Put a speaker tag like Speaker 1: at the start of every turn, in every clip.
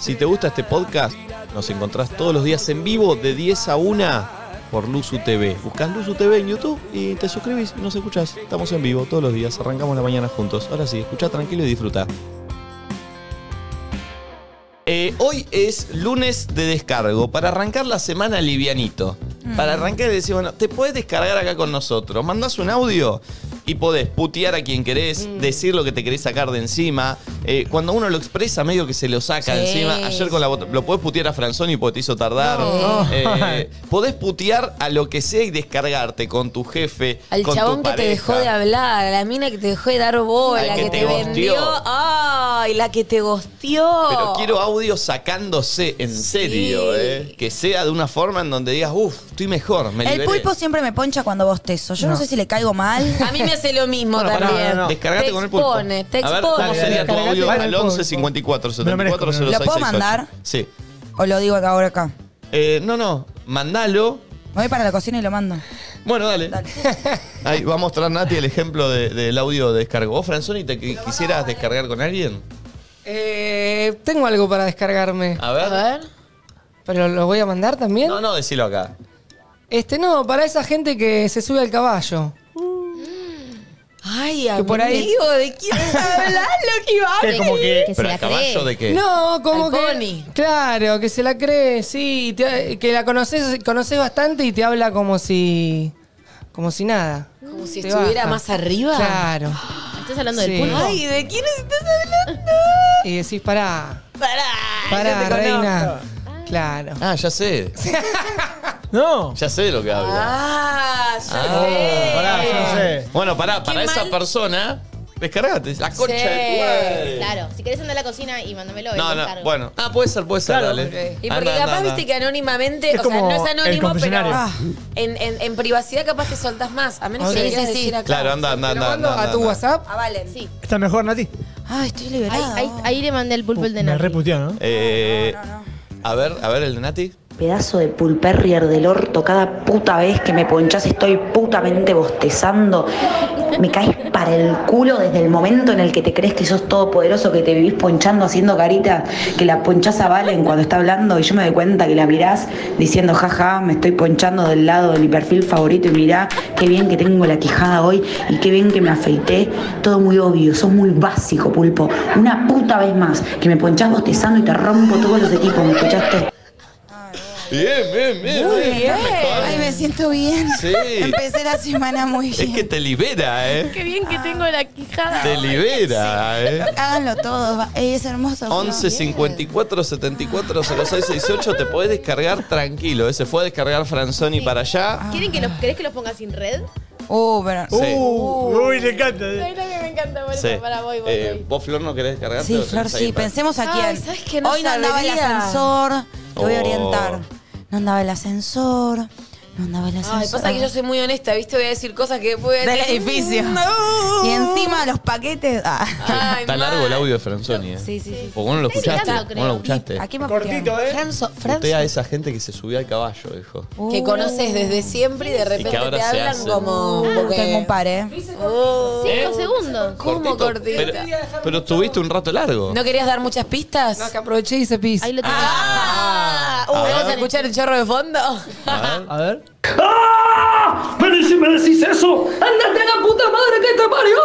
Speaker 1: Si te gusta este podcast, nos encontrás todos los días en vivo de 10 a 1 por Luzu TV. Buscás Luzu TV en YouTube y te suscribís y nos escuchás. Estamos en vivo todos los días, arrancamos la mañana juntos. Ahora sí, escucha tranquilo y disfruta. Eh, hoy es lunes de descargo, para arrancar la semana livianito.
Speaker 2: Mm.
Speaker 1: Para arrancar y decir, bueno, te puedes descargar acá con nosotros. Mandás un audio y podés putear a quien querés,
Speaker 2: Mm.
Speaker 1: decir lo que te querés sacar de encima. Eh, cuando uno lo expresa, medio que se lo saca de
Speaker 2: Sí.
Speaker 1: encima. Ayer con la bot- lo podés putear a Franzoni porque te hizo tardar.
Speaker 2: No.
Speaker 1: Eh, podés putear a lo que sea y descargarte con tu jefe,
Speaker 2: Al
Speaker 1: con
Speaker 2: chabón
Speaker 1: tu
Speaker 2: que te dejó de
Speaker 1: pareja.
Speaker 2: hablar, a la mina que te dejó de dar bola,
Speaker 1: Al
Speaker 2: la
Speaker 1: que
Speaker 2: que,
Speaker 1: te
Speaker 2: te,
Speaker 1: gosteó.
Speaker 2: vendió. ¡Ay, la que te gosteó!
Speaker 1: Pero quiero audio sacándose en serio, eh. Que sea de una forma en donde digas, uff, estoy mejor, me
Speaker 3: El
Speaker 1: liberé".
Speaker 3: pulpo siempre me poncha cuando bostezo. Yo no,
Speaker 4: No.
Speaker 3: sé si le caigo mal.
Speaker 2: A mí me hace lo mismo
Speaker 4: Bueno, pará,
Speaker 2: también.
Speaker 4: no, no, no.
Speaker 1: Descargate
Speaker 2: te
Speaker 1: con el pulpo.
Speaker 2: expone, te
Speaker 1: a ver,
Speaker 2: expone.
Speaker 1: ¿cómo sería tu
Speaker 4: Descargate
Speaker 1: audio
Speaker 4: con el
Speaker 1: al
Speaker 4: pulpo.
Speaker 1: 11 54 74
Speaker 4: Me
Speaker 3: lo merezco,
Speaker 1: 06
Speaker 3: me lo merezco. ¿Lo puedo mandar?
Speaker 1: Sí.
Speaker 3: O lo digo acá, ahora acá.
Speaker 1: Eh, no, no, mandalo.
Speaker 3: Me voy para la cocina y lo mando.
Speaker 1: Bueno, dale.
Speaker 3: Dale.
Speaker 1: Ahí va a mostrar Nati el ejemplo de- del audio de descargo. ¿Vos, Franzoni, te qui- quisieras descargar con alguien?
Speaker 4: Eh, tengo algo para descargarme.
Speaker 1: A ver.
Speaker 2: A ver.
Speaker 4: ¿Pero lo voy a mandar también?
Speaker 1: No, no, decilo acá.
Speaker 4: Este, no, para esa gente que se sube al caballo.
Speaker 2: Ay, amigo,
Speaker 4: por ahí-
Speaker 2: ¿de quién hablas, lo que iba a
Speaker 5: Que como que
Speaker 1: ¿Pero el caballo de qué?
Speaker 4: No, como
Speaker 2: Al
Speaker 4: que.
Speaker 2: pony.
Speaker 4: Claro, que se la cree, sí. y te- que la conoces, conoces bastante y te habla como si. como si nada.
Speaker 2: Como si
Speaker 4: Te
Speaker 2: estuviera
Speaker 4: baja.
Speaker 2: más arriba.
Speaker 4: Claro.
Speaker 5: ¿Estás hablando
Speaker 4: Sí.
Speaker 5: del pulpo?
Speaker 2: Ay, ¿de quién estás hablando?
Speaker 4: Y decís, pará,
Speaker 2: Pará.
Speaker 4: pará,
Speaker 2: yo te conozco.
Speaker 4: reina. Claro.
Speaker 1: Ah, ya sé.
Speaker 5: No.
Speaker 1: Ya sé de lo que habla.
Speaker 2: Ah, ya
Speaker 1: Ah.
Speaker 2: sé.
Speaker 5: Pará, yo no sé.
Speaker 1: Bueno, pará, para esa
Speaker 2: mal.
Speaker 1: persona, descargate. La concha
Speaker 2: Sí.
Speaker 1: de tu madre.
Speaker 5: Claro, si querés andar a la cocina y mándamelo.
Speaker 1: No,
Speaker 5: y lo
Speaker 1: no,
Speaker 5: cargo.
Speaker 1: bueno. Ah, puede ser, puede ser,
Speaker 5: Claro,
Speaker 1: dale.
Speaker 2: Y
Speaker 1: Ah,
Speaker 2: porque
Speaker 1: no,
Speaker 2: capaz
Speaker 1: no, no.
Speaker 2: viste que anónimamente,
Speaker 5: Es
Speaker 2: o sea,
Speaker 5: como
Speaker 2: no es
Speaker 5: el
Speaker 2: anónimo, pero
Speaker 5: confesionario.
Speaker 2: ah, en, en- en privacidad capaz te soltás más. A Ah, menos
Speaker 4: Ok.
Speaker 2: que
Speaker 4: Sí,
Speaker 2: lo quieras
Speaker 4: sí, sí.
Speaker 2: decir acá.
Speaker 1: Claro, anda, anda,
Speaker 4: Te lo
Speaker 1: anda.
Speaker 4: mando
Speaker 1: anda,
Speaker 4: a tu
Speaker 1: anda.
Speaker 4: WhatsApp.
Speaker 2: A Valen.
Speaker 5: Sí.
Speaker 4: ¿Está mejor, Nati?
Speaker 3: Ay, estoy
Speaker 5: Ahí,
Speaker 3: liberada.
Speaker 5: ahí, ahí le mandé el pulpo el de
Speaker 4: me
Speaker 5: Nati.
Speaker 4: reputeó, ¿no?
Speaker 1: Eh, A ver, a ver el de Nati.
Speaker 6: Pedazo de pulperrier del orto, cada puta vez que me ponchás estoy putamente bostezando. Me caes para el culo desde el momento en el que te crees que sos todopoderoso, que te vivís ponchando, haciendo carita, que la ponchás a Valen cuando está hablando y yo me doy cuenta que la mirás diciendo, jaja, me estoy ponchando del lado de mi perfil favorito y mirá, qué bien que tengo la quijada hoy y qué bien que me afeité. Todo muy obvio, sos muy básico, pulpo. Una puta vez más, que me ponchás bostezando y te rompo todos los equipos, ¿me escuchaste?
Speaker 1: Bien, bien, bien.
Speaker 3: Muy
Speaker 1: bien,
Speaker 3: bien.
Speaker 1: estás mejor.
Speaker 3: Ay, me siento bien.
Speaker 1: Sí.
Speaker 3: Empecé la semana muy bien.
Speaker 1: Es que te libera, ¿eh?
Speaker 5: Qué bien que tengo la quijada.
Speaker 1: Te libera, ¿eh?
Speaker 3: Háganlo todos. va. Ey, es hermoso. Flor.
Speaker 1: 11 54 74 06 68 te podés descargar tranquilo. Ese fue a descargar Franzoni para allá.
Speaker 5: ¿Quieren que los, ¿Querés que los ponga sin red?
Speaker 3: Uh, pero...
Speaker 1: Sí.
Speaker 5: Uh.
Speaker 4: Uy, le encanta.
Speaker 7: eh.
Speaker 5: Ay, no, que me encanta, bueno,
Speaker 1: sí.
Speaker 5: para voy, voy,
Speaker 1: Eh,
Speaker 5: voy.
Speaker 1: ¿Vos, Flor, no querés descargar?
Speaker 3: Sí, Flor, sí. Pensemos a
Speaker 2: Ay,
Speaker 3: quién.
Speaker 2: ¿sabes qué? No
Speaker 3: Hoy no andaba el
Speaker 2: sabría.
Speaker 3: ascensor. Te voy a
Speaker 1: Oh.
Speaker 3: orientar. No andaba el ascensor. No andaba el ascensor.
Speaker 2: Ay, pasa que yo soy muy honesta, ¿viste? Voy a decir cosas que voy a
Speaker 3: Del
Speaker 2: decir, "Mm,
Speaker 3: edificio.
Speaker 2: "No".
Speaker 3: Y encima los paquetes. Ah.
Speaker 2: Ay,
Speaker 1: Está
Speaker 2: mal.
Speaker 1: largo el audio de Franzoni, ¿eh?
Speaker 3: Sí, sí, sí.
Speaker 1: Porque vos no lo
Speaker 5: Está
Speaker 1: escuchaste.
Speaker 5: editando,
Speaker 1: Vos no lo
Speaker 5: creo.
Speaker 1: escuchaste.
Speaker 3: Aquí me
Speaker 4: Cortito, ¿eh?
Speaker 2: Franzo, Franzo,
Speaker 1: Putea a esa gente que se subió al caballo, dijo.
Speaker 2: que conoces desde siempre y de repente
Speaker 1: ahora
Speaker 2: te
Speaker 1: se
Speaker 2: hablan
Speaker 1: hace.
Speaker 2: como...
Speaker 3: Uh,
Speaker 2: porque-
Speaker 3: Tengo un par, ¿eh?
Speaker 2: Oh.
Speaker 5: Cinco segundos.
Speaker 2: ¿Cómo cortita?
Speaker 1: Pero, pero tuviste un rato largo.
Speaker 2: ¿No querías dar muchas pistas?
Speaker 4: No, que aproveché y se pis.
Speaker 5: Ahí lo tengo.
Speaker 2: Ah, uh,
Speaker 1: A ver.
Speaker 2: ¿Vamos a escuchar el chorro de fondo?
Speaker 1: A ver.
Speaker 4: A ver.
Speaker 8: ¡Ah! ¡Pero y si me decís eso! ¡Andate a la puta madre que te parió!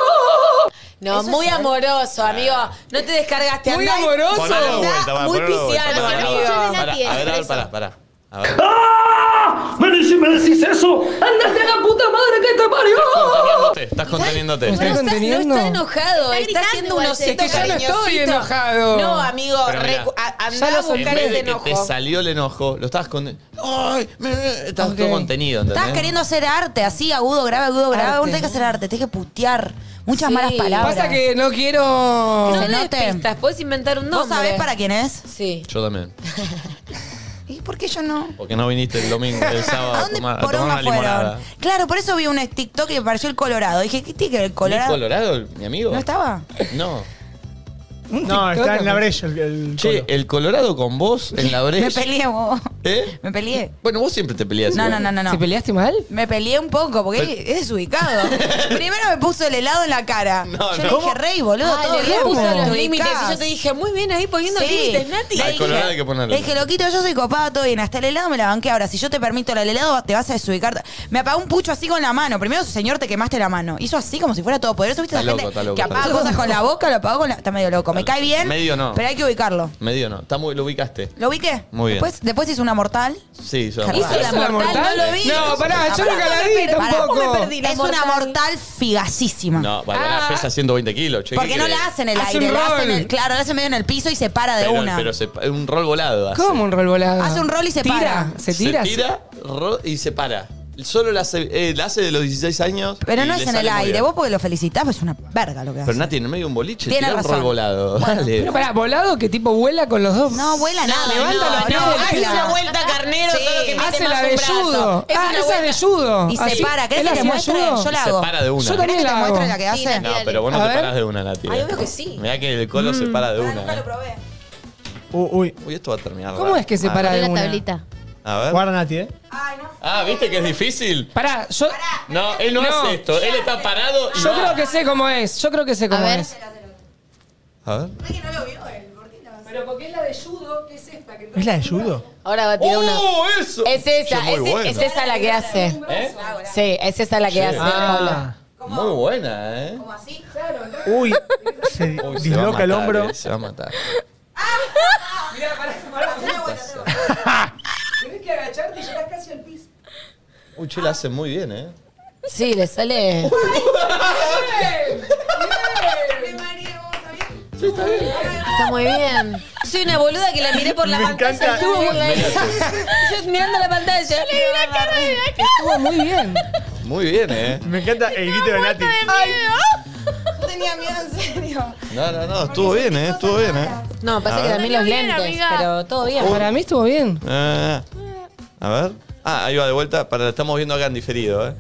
Speaker 2: No,
Speaker 3: Eso
Speaker 2: muy
Speaker 3: es-
Speaker 2: amoroso, amigo. No te descargaste.
Speaker 4: Muy
Speaker 2: andá-
Speaker 4: amoroso.
Speaker 2: andá
Speaker 1: Ponelo de vuelta, va,
Speaker 2: muy
Speaker 1: ponelo de vuelta.
Speaker 2: pisciano,
Speaker 1: Pará,
Speaker 2: amigo.
Speaker 5: Yo
Speaker 1: pará,
Speaker 5: de Nati
Speaker 1: pará, a ver, a ver,
Speaker 5: expreso.
Speaker 1: pará, pará. A ver.
Speaker 8: ¡Ah! ¡Pero y si me decís eso! ¡Andate a la puta madre que te parió!
Speaker 1: Conteniéndote, estás conteniéndote.
Speaker 2: No está,
Speaker 4: conteniendo?
Speaker 2: no está enojado, está,
Speaker 5: Está gritando
Speaker 2: haciendo un
Speaker 5: igual,
Speaker 2: osito
Speaker 5: es que yo
Speaker 4: no estoy
Speaker 2: cariñosito.
Speaker 4: enojado.
Speaker 2: No, amigo,
Speaker 1: Pero mirá,
Speaker 2: recu- a-
Speaker 4: ya
Speaker 2: andá a
Speaker 4: lo
Speaker 1: En
Speaker 2: buscar
Speaker 1: vez
Speaker 2: ese
Speaker 1: de que te
Speaker 2: enojo.
Speaker 1: salió el enojo, lo estabas con. ¡Ay! me- me- estás
Speaker 4: Ok.
Speaker 1: todo contenido, ¿entendés?
Speaker 3: Estabas queriendo hacer arte, así, agudo, grave, agudo, grave.
Speaker 4: Arte.
Speaker 3: Uno tiene que hacer arte, tiene que putear. Muchas
Speaker 2: Sí.
Speaker 3: malas palabras.
Speaker 4: Pasa que no quiero.
Speaker 2: No
Speaker 3: se
Speaker 2: des
Speaker 3: note.
Speaker 2: pistas, puedes inventar un nombre.
Speaker 3: ¿Vos sabés para quién es?
Speaker 2: Sí.
Speaker 1: Yo también.
Speaker 3: ¿Y por qué yo no?
Speaker 1: Porque no viniste el domingo, el sábado
Speaker 3: ¿A
Speaker 1: a,
Speaker 3: dónde
Speaker 1: tomar, a tomar una
Speaker 3: poronga
Speaker 1: limonada.
Speaker 3: fueron? Claro, por eso vi un TikTok y me pareció el Colorado. Dije, ¿qué tiene que ver el
Speaker 1: ¿Colorado?
Speaker 3: Colorado?
Speaker 1: Colorado, mi amigo?
Speaker 3: ¿No estaba?
Speaker 1: No.
Speaker 4: Un
Speaker 7: No,
Speaker 4: TikTok,
Speaker 7: está en la brecha el, el
Speaker 1: Che,
Speaker 7: colo.
Speaker 1: eh. el Colorado con vos en la
Speaker 3: Me
Speaker 1: brecha.
Speaker 3: peleé vos.
Speaker 1: ¿Eh?
Speaker 3: Me peleé.
Speaker 1: Bueno, vos siempre te peleas.
Speaker 3: No, no,
Speaker 1: igual.
Speaker 3: no, no. no.
Speaker 4: ¿Se peleaste mal?
Speaker 3: Me peleé un poco porque es desubicado. Primero me puso el helado en la cara.
Speaker 1: No,
Speaker 3: yo
Speaker 1: no.
Speaker 3: le dije, rey, boludo,
Speaker 2: Ah,
Speaker 3: todo
Speaker 2: le
Speaker 3: bien.
Speaker 2: puso
Speaker 3: ¿cómo
Speaker 2: los
Speaker 3: te
Speaker 2: límites.
Speaker 3: ubicás?".
Speaker 2: Y yo te dije, muy bien ahí poniendo
Speaker 3: Sí.
Speaker 2: límites, Nati.
Speaker 3: Le
Speaker 1: Al
Speaker 3: dije-
Speaker 1: colorado hay que ponerle.
Speaker 3: Le dije, loquito, yo soy copado, todo bien. Hasta el helado me la banqué. Ahora, si yo te permito el helado, te vas a desubicar. Me apagó un pucho así con la mano. Primero, señor, te quemaste la mano. Hizo así como si fuera todopoderoso. ¿Viste
Speaker 1: Está
Speaker 3: la
Speaker 1: loco,
Speaker 3: gente
Speaker 1: está loco,
Speaker 3: que
Speaker 1: está
Speaker 3: apaga
Speaker 1: loco.
Speaker 3: cosas con la boca? Lo apagó con la... Está medio loco. Me cae bien.
Speaker 1: Medio no.
Speaker 3: Pero hay que ubicarlo.
Speaker 1: Medio no. Está muy, lo ubicaste.
Speaker 3: ¿Lo ubiqué?
Speaker 1: Muy bien.
Speaker 3: Después, después hizo una mortal.
Speaker 1: Sí, yo.
Speaker 3: Hizo
Speaker 2: la mortal, no lo vi.
Speaker 4: No, pará, Ah, yo
Speaker 3: Pará,
Speaker 4: nunca la
Speaker 3: me
Speaker 4: vi
Speaker 3: perdí,
Speaker 4: tampoco.
Speaker 5: pará, me perdí. Y la
Speaker 3: es una
Speaker 5: mortal.
Speaker 3: mortal figasísima.
Speaker 1: No, para,
Speaker 4: Ah.
Speaker 1: pesa 120 kilos. che, ¿qué
Speaker 3: Porque no
Speaker 1: querés?
Speaker 3: la hacen en el
Speaker 4: Hace
Speaker 3: aire,
Speaker 4: un
Speaker 3: la hacen
Speaker 4: rol.
Speaker 3: en- claro, la hacen medio en el piso y se para de
Speaker 1: Pero,
Speaker 3: una.
Speaker 1: pero se, es un rol volado. hace.
Speaker 4: ¿Cómo un rol volado?
Speaker 3: Hace un rol y se
Speaker 4: Tira,
Speaker 3: para.
Speaker 4: Se tira.
Speaker 1: Se tira ro- y se para. Solo la hace, eh, la hace de los 16 años.
Speaker 3: Pero
Speaker 1: y
Speaker 3: no
Speaker 1: le
Speaker 3: es en
Speaker 1: sale
Speaker 3: el
Speaker 1: muy
Speaker 3: aire.
Speaker 1: bien.
Speaker 3: Vos porque lo felicitás, pues es una verga lo que hace.
Speaker 1: Pero Nati, en el medio de un boliche,
Speaker 3: Tiene
Speaker 1: tira un
Speaker 3: razón.
Speaker 1: rol volado. Dale.
Speaker 4: Pero pará, volado que tipo vuela con los dos.
Speaker 3: No, vuela nada.
Speaker 4: levanta
Speaker 3: no,
Speaker 4: los pies
Speaker 3: no,
Speaker 4: del
Speaker 3: hace
Speaker 4: piso.
Speaker 3: una vuelta
Speaker 2: carnero,
Speaker 3: Sí.
Speaker 4: Hace la
Speaker 2: un
Speaker 4: de
Speaker 2: brazo.
Speaker 4: judo.
Speaker 2: Es
Speaker 4: ah,
Speaker 2: una
Speaker 4: esa de
Speaker 2: vuelta.
Speaker 4: judo.
Speaker 3: y se
Speaker 4: Así.
Speaker 3: para. ¿Querés
Speaker 4: ¿Él
Speaker 3: que te
Speaker 4: hacía
Speaker 3: muestre?
Speaker 4: judo?
Speaker 3: Yo la
Speaker 1: se
Speaker 3: hago.
Speaker 1: para de una.
Speaker 4: Yo también
Speaker 3: ¿Querés que te
Speaker 4: la hago.
Speaker 3: muestre la que hace?
Speaker 1: No, pero vos no
Speaker 4: A
Speaker 1: te
Speaker 4: ver.
Speaker 1: parás de una, Nati.
Speaker 2: Ay, obvio que sí.
Speaker 1: Mirá que el colo
Speaker 4: Mm.
Speaker 1: se para de una. eh.
Speaker 3: probé.
Speaker 7: Uy,
Speaker 1: Uy, esto va a terminar.
Speaker 4: ¿Cómo
Speaker 1: raro.
Speaker 4: es que se
Speaker 1: Ah,
Speaker 4: para de
Speaker 5: Poné la
Speaker 4: una?
Speaker 5: tablita.
Speaker 1: A ver.
Speaker 7: guarda Nati, ¿eh?
Speaker 3: Ay, no.
Speaker 1: Ah, ¿viste que es difícil?
Speaker 4: Pará, yo,
Speaker 1: No, él no,
Speaker 4: No.
Speaker 1: hace esto. Él está parado y
Speaker 4: yo
Speaker 1: va.
Speaker 4: creo que sé cómo es. Yo creo que sé cómo
Speaker 5: ver.
Speaker 4: es.
Speaker 1: A ver.
Speaker 3: que no lo vio él. ¿Por qué no?
Speaker 4: Pero porque es la de judo, ¿qué es esta?
Speaker 7: ¿Es la de judo?
Speaker 2: Ahora va a tirar una.
Speaker 1: ¡Oh, eso!
Speaker 4: Eh,
Speaker 2: Es esa,
Speaker 1: Che,
Speaker 2: es,
Speaker 1: muy buena.
Speaker 2: es esa la que hace.
Speaker 1: ¿Eh?
Speaker 2: Sí, es esa la que hace. Paula.
Speaker 7: Ah,
Speaker 1: Muy buena, ¿eh?
Speaker 3: así?
Speaker 7: uy. Se
Speaker 1: Uy, se va a
Speaker 7: disloca el
Speaker 1: matar,
Speaker 7: hombro.
Speaker 1: eh, Se va a matar.
Speaker 4: Tienes que agacharte y llegas casi al piso.
Speaker 1: Uy, che, la hace muy bien, ¿eh?
Speaker 2: Sí, le sale. Está muy bien. Soy una boluda que la miré por la pantalla. Estuvo muy bien. Yo mirando la pantalla.
Speaker 4: Estuvo muy bien.
Speaker 1: Muy bien, ¿eh?
Speaker 7: Me encanta el grito de Nati.
Speaker 3: Tenía miedo, en serio.
Speaker 1: No, no, no, estuvo bien, ¿eh? Estuvo bien, ¿eh?
Speaker 2: No, pasa
Speaker 4: Ah.
Speaker 2: que también los
Speaker 5: bien,
Speaker 2: lentes,
Speaker 5: amiga.
Speaker 2: pero todo bien.
Speaker 4: Para mí estuvo bien.
Speaker 1: Eh, a ver. Ah, ahí va de vuelta. Para, estamos viendo acá en diferido, ¿eh?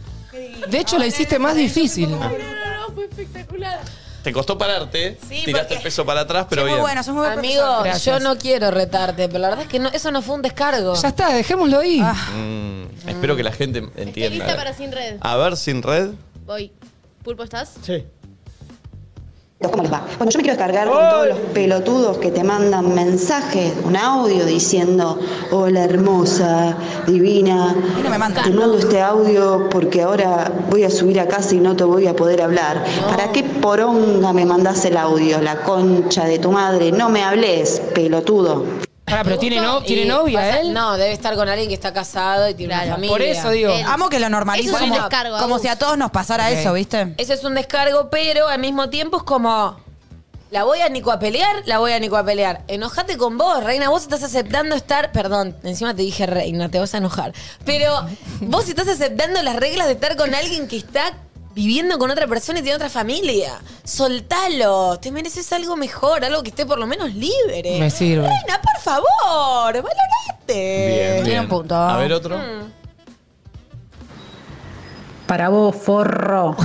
Speaker 4: De hecho, la hiciste más difícil.
Speaker 5: No, no, fue espectacular.
Speaker 1: Te costó pararte, tiraste el peso para atrás, pero
Speaker 3: Soy
Speaker 1: bien.
Speaker 3: muy bueno, sos muy buen
Speaker 2: Amigo, yo
Speaker 3: profesor.
Speaker 2: no quiero retarte, pero la verdad es que no, eso no fue un descargo.
Speaker 4: Ya está, dejémoslo ahí.
Speaker 3: Ah.
Speaker 1: Mm, espero que la gente
Speaker 5: Estoy
Speaker 1: entienda.
Speaker 5: lista para sin red.
Speaker 1: A ver, sin red.
Speaker 5: Voy. Pulpo, ¿estás?
Speaker 7: Sí.
Speaker 9: ¿Cómo les va? Bueno, yo me quiero descargar con todos los pelotudos que te mandan mensajes, un audio diciendo, hola hermosa, divina,
Speaker 3: mí no me mandan.
Speaker 9: te mando este audio porque ahora voy a subir a casa y no te voy a poder hablar. ¿Para qué poronga me mandás el audio? La concha de tu madre, no me hables, pelotudo.
Speaker 4: Pará, pero tiene, no,
Speaker 2: Y
Speaker 4: tiene novia
Speaker 2: pasa-
Speaker 4: él.
Speaker 2: No, debe estar con alguien que está casado y tiene una
Speaker 5: Claro.
Speaker 2: familia.
Speaker 4: Por eso digo.
Speaker 5: Él.
Speaker 3: Amo que lo normalizo
Speaker 5: Eso es un
Speaker 3: como,
Speaker 5: descargo,
Speaker 3: como
Speaker 5: Agus.
Speaker 3: si a todos nos pasara eso, ¿viste?
Speaker 2: Ese es un descargo, pero al mismo tiempo es como. La voy a Nico a pelear, la voy a Nico a pelear. Enojate con vos, reina. Vos estás aceptando estar. Perdón, encima te dije reina, te vas a enojar. Pero vos estás aceptando las reglas de estar con alguien que está viviendo con otra persona y tiene otra familia. Soltalo. Te mereces algo mejor, algo que esté por lo menos libre.
Speaker 4: Me sirve.
Speaker 2: Reina, por favor, valorate.
Speaker 1: Bien, bien.
Speaker 3: Eh, un punto.
Speaker 1: A ver otro.
Speaker 5: Mm.
Speaker 10: Para vos, forro.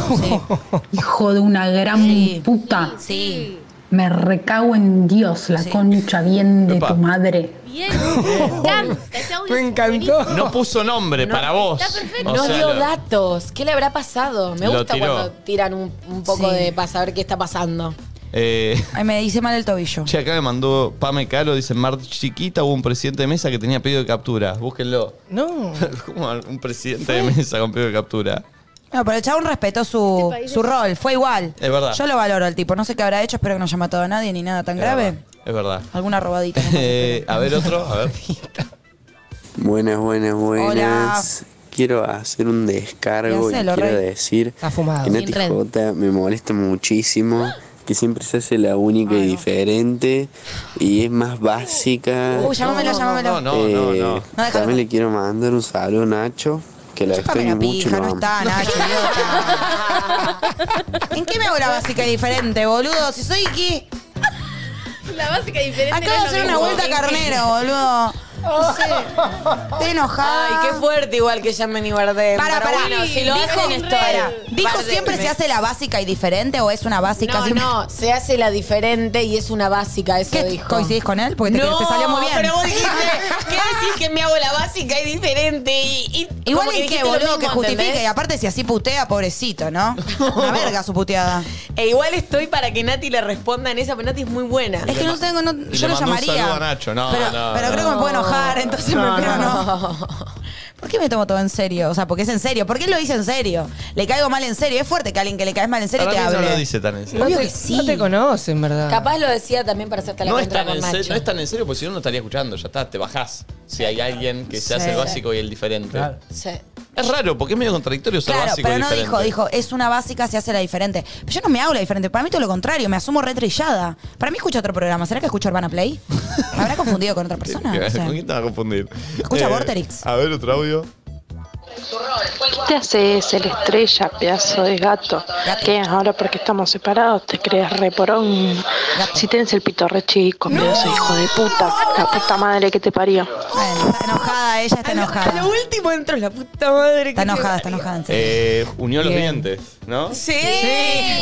Speaker 10: Hijo de una gran puta.
Speaker 3: Sí.
Speaker 10: Me recago en Dios, la concha bien de
Speaker 1: Epa.
Speaker 10: tu madre.
Speaker 5: Bien. Me encanta. Ese audio
Speaker 4: Me
Speaker 5: es
Speaker 4: encantó.
Speaker 5: buenísimo.
Speaker 1: No puso nombre para vos.
Speaker 5: está perfecto.
Speaker 1: O
Speaker 2: Nos
Speaker 1: sea,
Speaker 2: dio
Speaker 1: lo-
Speaker 2: datos. ¿Qué le habrá pasado? Me
Speaker 1: Lo
Speaker 2: gusta
Speaker 1: tiró.
Speaker 2: cuando tiran un, un poco
Speaker 3: Sí.
Speaker 2: de para saber qué está pasando.
Speaker 1: eh,
Speaker 3: Ay, me hice mal el tobillo.
Speaker 1: che, acá me mandó Pame Calo, dice, Mar chiquita hubo un presidente de mesa que tenía pedido de captura. Búsquenlo.
Speaker 4: No.
Speaker 1: ¿Cómo un presidente de mesa con pedido de captura?
Speaker 3: No, pero el chabón respetó su,
Speaker 5: Este país
Speaker 3: su
Speaker 5: es-
Speaker 3: rol, fue igual.
Speaker 1: Es verdad.
Speaker 3: Yo lo valoro al tipo, no sé qué habrá hecho, espero que no haya matado a nadie ni nada tan grave.
Speaker 1: Es verdad.
Speaker 3: Alguna robadita. nomás,
Speaker 1: Eh,
Speaker 3: espero.
Speaker 1: a ver otro, a ver.
Speaker 11: Buenas, buenas, buenas. Quiero hacer un descargo
Speaker 3: Y hacelo,
Speaker 11: y quiero
Speaker 3: Rey.
Speaker 11: decir
Speaker 4: Está fumado.
Speaker 11: que Nati
Speaker 5: Sin red.
Speaker 11: J me molesta muchísimo, que siempre se hace la única y diferente y es más básica.
Speaker 3: Uy, llamámelo,
Speaker 1: No,
Speaker 3: llamámelo.
Speaker 1: no, no,
Speaker 11: Eh,
Speaker 1: no.
Speaker 3: No, déjalo.
Speaker 11: También le quiero mandar un saludo a Nacho, que la
Speaker 3: Chúpame
Speaker 11: extraño
Speaker 3: la
Speaker 11: mucho. y
Speaker 3: pija,
Speaker 11: lo
Speaker 3: no
Speaker 11: amo.
Speaker 3: está, Nacho, idiota. ¿En qué me hago la básica y diferente, boludo? Si soy aquí,
Speaker 5: La básica diferente.
Speaker 3: acabo de
Speaker 5: no es lo
Speaker 3: hacer una
Speaker 5: mismo.
Speaker 3: vuelta carnero, boludo. No sé. Estoy enojada.
Speaker 2: Oh. Ay, qué fuerte igual que llamen y Bardem.
Speaker 3: Para,
Speaker 2: Pero
Speaker 3: para.
Speaker 2: bueno, si lo
Speaker 3: dijo,
Speaker 2: hacen, estoy.
Speaker 3: para. Dijo
Speaker 2: Bardem.
Speaker 3: siempre se hace la básica y diferente o es una básica.
Speaker 2: No,
Speaker 3: siempre-
Speaker 2: no, se hace la diferente y es una básica, eso
Speaker 3: ¿Qué?
Speaker 2: dijo.
Speaker 3: ¿Coincidís con él? Porque te, te salió muy bien.
Speaker 2: pero vos dijiste, ¿qué decís que me hago la básica y diferente? Y, y
Speaker 3: Igual
Speaker 2: como
Speaker 3: es que,
Speaker 2: dijiste lo
Speaker 3: boludo,
Speaker 2: mismo,
Speaker 3: que justifique.
Speaker 2: ¿entendés?
Speaker 3: Y aparte, si así putea, pobrecito, ¿no? Una verga su puteada.
Speaker 2: E igual estoy para que Nati le responda en esa, pero Nati es muy buena.
Speaker 3: Es que no tengo, no-
Speaker 1: Y
Speaker 3: yo
Speaker 1: le
Speaker 3: lo
Speaker 1: mandó un saludo a
Speaker 3: llamaría.
Speaker 1: Nacho. No,
Speaker 3: Pero,
Speaker 1: no,
Speaker 3: pero
Speaker 1: no.
Speaker 3: creo que me puedo enojar, entonces
Speaker 1: No,
Speaker 3: prefiero
Speaker 1: no.
Speaker 3: no. ¿Por qué me tomo todo en serio? O sea, porque es en serio. ¿Por qué lo dice en serio? Le caigo mal en serio. Es fuerte que alguien que le caes mal en serio
Speaker 1: Para
Speaker 3: te
Speaker 1: mí no
Speaker 3: hable.
Speaker 1: lo dice tan en serio.
Speaker 4: No
Speaker 3: Obvio
Speaker 4: te,
Speaker 3: que sí.
Speaker 4: no te conocen, ¿verdad?
Speaker 2: Capaz lo decía también para hacerte la
Speaker 1: No es,
Speaker 2: contra
Speaker 1: tan
Speaker 2: con
Speaker 1: en
Speaker 2: Nacho.
Speaker 1: serio, no es tan en serio, porque si no, no estaría escuchando. Ya está, te bajás. Si hay alguien que se
Speaker 2: Sí.
Speaker 1: hace el básico y el diferente.
Speaker 2: Sí.
Speaker 1: Es raro, porque es medio contradictorio ser
Speaker 3: Claro,
Speaker 1: básico
Speaker 3: pero
Speaker 1: y
Speaker 3: no
Speaker 1: diferente.
Speaker 3: dijo, dijo, es una básica, se hace la diferente. Pero yo no me hago la diferente, para mí todo lo contrario, me asumo retrillada. Para mí escucho otro programa, ¿será que escucho Urbana Play? ¿Me habrá confundido con otra persona? O sea,
Speaker 1: ¿Con quién te vas a confundir? Eh,
Speaker 3: Escucha Vorterix.
Speaker 1: A ver, otro audio.
Speaker 12: Te haces el estrella, pedazo de gato. ¿Qué? Ahora porque estamos separados te crees reporón. Si tenés el pito re chico, pedazo de hijo de puta. La puta madre que te parió.
Speaker 3: bueno, está enojada, ella está enojada.
Speaker 2: Lo último entró la puta madre.
Speaker 3: Está enojada, está enojada. en serio.
Speaker 1: Eh, unió los
Speaker 3: Bien.
Speaker 1: dientes, ¿no?
Speaker 2: Sí.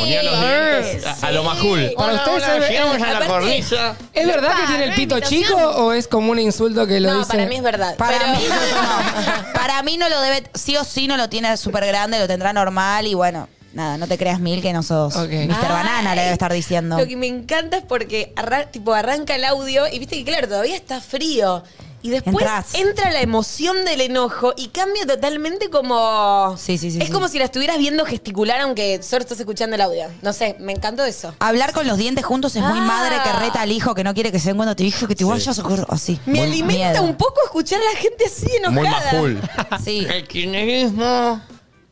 Speaker 1: Unió los dientes a, a lo majul.
Speaker 4: Para ustedes es-
Speaker 1: llegamos a la
Speaker 4: aparte-
Speaker 1: cornisa.
Speaker 4: ¿Es verdad que tiene el pito chico o es como un insulto que lo
Speaker 2: No,
Speaker 4: dice?
Speaker 2: para mí es verdad.
Speaker 3: Para,
Speaker 2: pero-
Speaker 3: mí, no, para mí no lo debe, sí o sí no lo tiene súper grande, lo tendrá normal y bueno, nada, no te creas mil que no sos
Speaker 4: Ok.
Speaker 3: Mr. Banana, le debe estar diciendo.
Speaker 2: Lo que me encanta es porque arra- tipo, arranca el audio y viste que, claro, todavía está frío. Y después
Speaker 3: Entrás.
Speaker 2: entra la emoción del enojo y cambia totalmente como.
Speaker 3: Sí, sí, sí,
Speaker 2: Es
Speaker 3: sí.
Speaker 2: como si la estuvieras viendo gesticular, aunque solo estás escuchando el audio. No sé, me encantó eso.
Speaker 3: Hablar con los dientes juntos es muy
Speaker 2: Ah.
Speaker 3: madre que reta al hijo que no quiere que se den cuenta. Te dijo que te voy a socorro así.
Speaker 2: Me alimenta
Speaker 3: miedo.
Speaker 2: un poco escuchar a la gente así enojada.
Speaker 1: Muy majul.
Speaker 3: Sí.
Speaker 1: El kirchnerismo.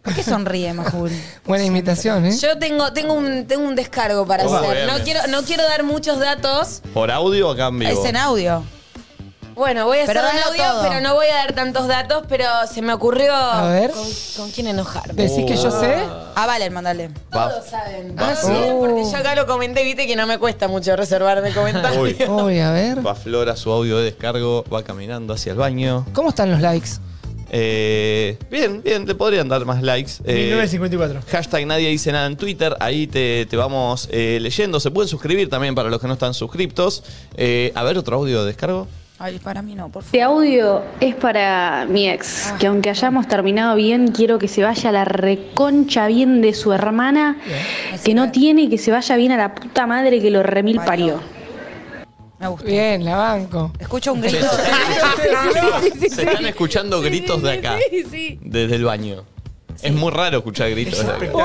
Speaker 3: ¿Por qué sonríe, Majul?
Speaker 4: Buena imitación, ¿eh?
Speaker 2: Yo tengo, tengo, un, tengo un descargo para
Speaker 1: Opa,
Speaker 2: hacer.
Speaker 1: bien,
Speaker 2: No
Speaker 1: bien.
Speaker 2: quiero, no quiero dar muchos datos.
Speaker 1: ¿Por audio o acá en vivo?
Speaker 3: Es en audio.
Speaker 2: Bueno, voy a hacer
Speaker 3: Pero
Speaker 2: un
Speaker 3: dalo
Speaker 2: audio,
Speaker 3: todo.
Speaker 2: pero no voy a dar tantos datos, pero se me ocurrió
Speaker 4: A ver.
Speaker 2: Con, con quién enojarme.
Speaker 4: ¿Decís que yo sé?
Speaker 3: Ah, vale, mandale.
Speaker 1: Va-
Speaker 2: Todos saben.
Speaker 1: Ah,
Speaker 2: Todos
Speaker 1: sí.
Speaker 2: saben, porque yo acá lo comenté, viste que no me cuesta mucho reservarme comentarios.
Speaker 1: Uy.
Speaker 4: Uy, a ver.
Speaker 1: Va Flor a su audio de descargo, va caminando hacia el baño.
Speaker 4: ¿Cómo están los likes?
Speaker 1: Eh, bien, bien, le podrían dar más likes. Eh,
Speaker 7: 1954.
Speaker 1: Hashtag nadie dice nada en Twitter, ahí te, te vamos eh, leyendo. Se pueden suscribir también para los que no están suscriptos. Eh, a ver, otro audio de descargo.
Speaker 3: Ay, para mí no, por favor.
Speaker 13: Este audio es para mi ex, que aunque hayamos terminado bien, quiero que se vaya a la reconcha bien de su hermana, que no tiene y que se vaya bien a la puta madre que lo remil parió.
Speaker 3: Me gusta.
Speaker 4: Bien, la banco.
Speaker 3: Escucho un
Speaker 1: Che,
Speaker 3: grito.
Speaker 1: se están-
Speaker 4: sí, sí,
Speaker 1: Se están escuchando gritos de acá,
Speaker 5: Sí, sí.
Speaker 1: desde el baño. Es muy raro escuchar gritos de acá.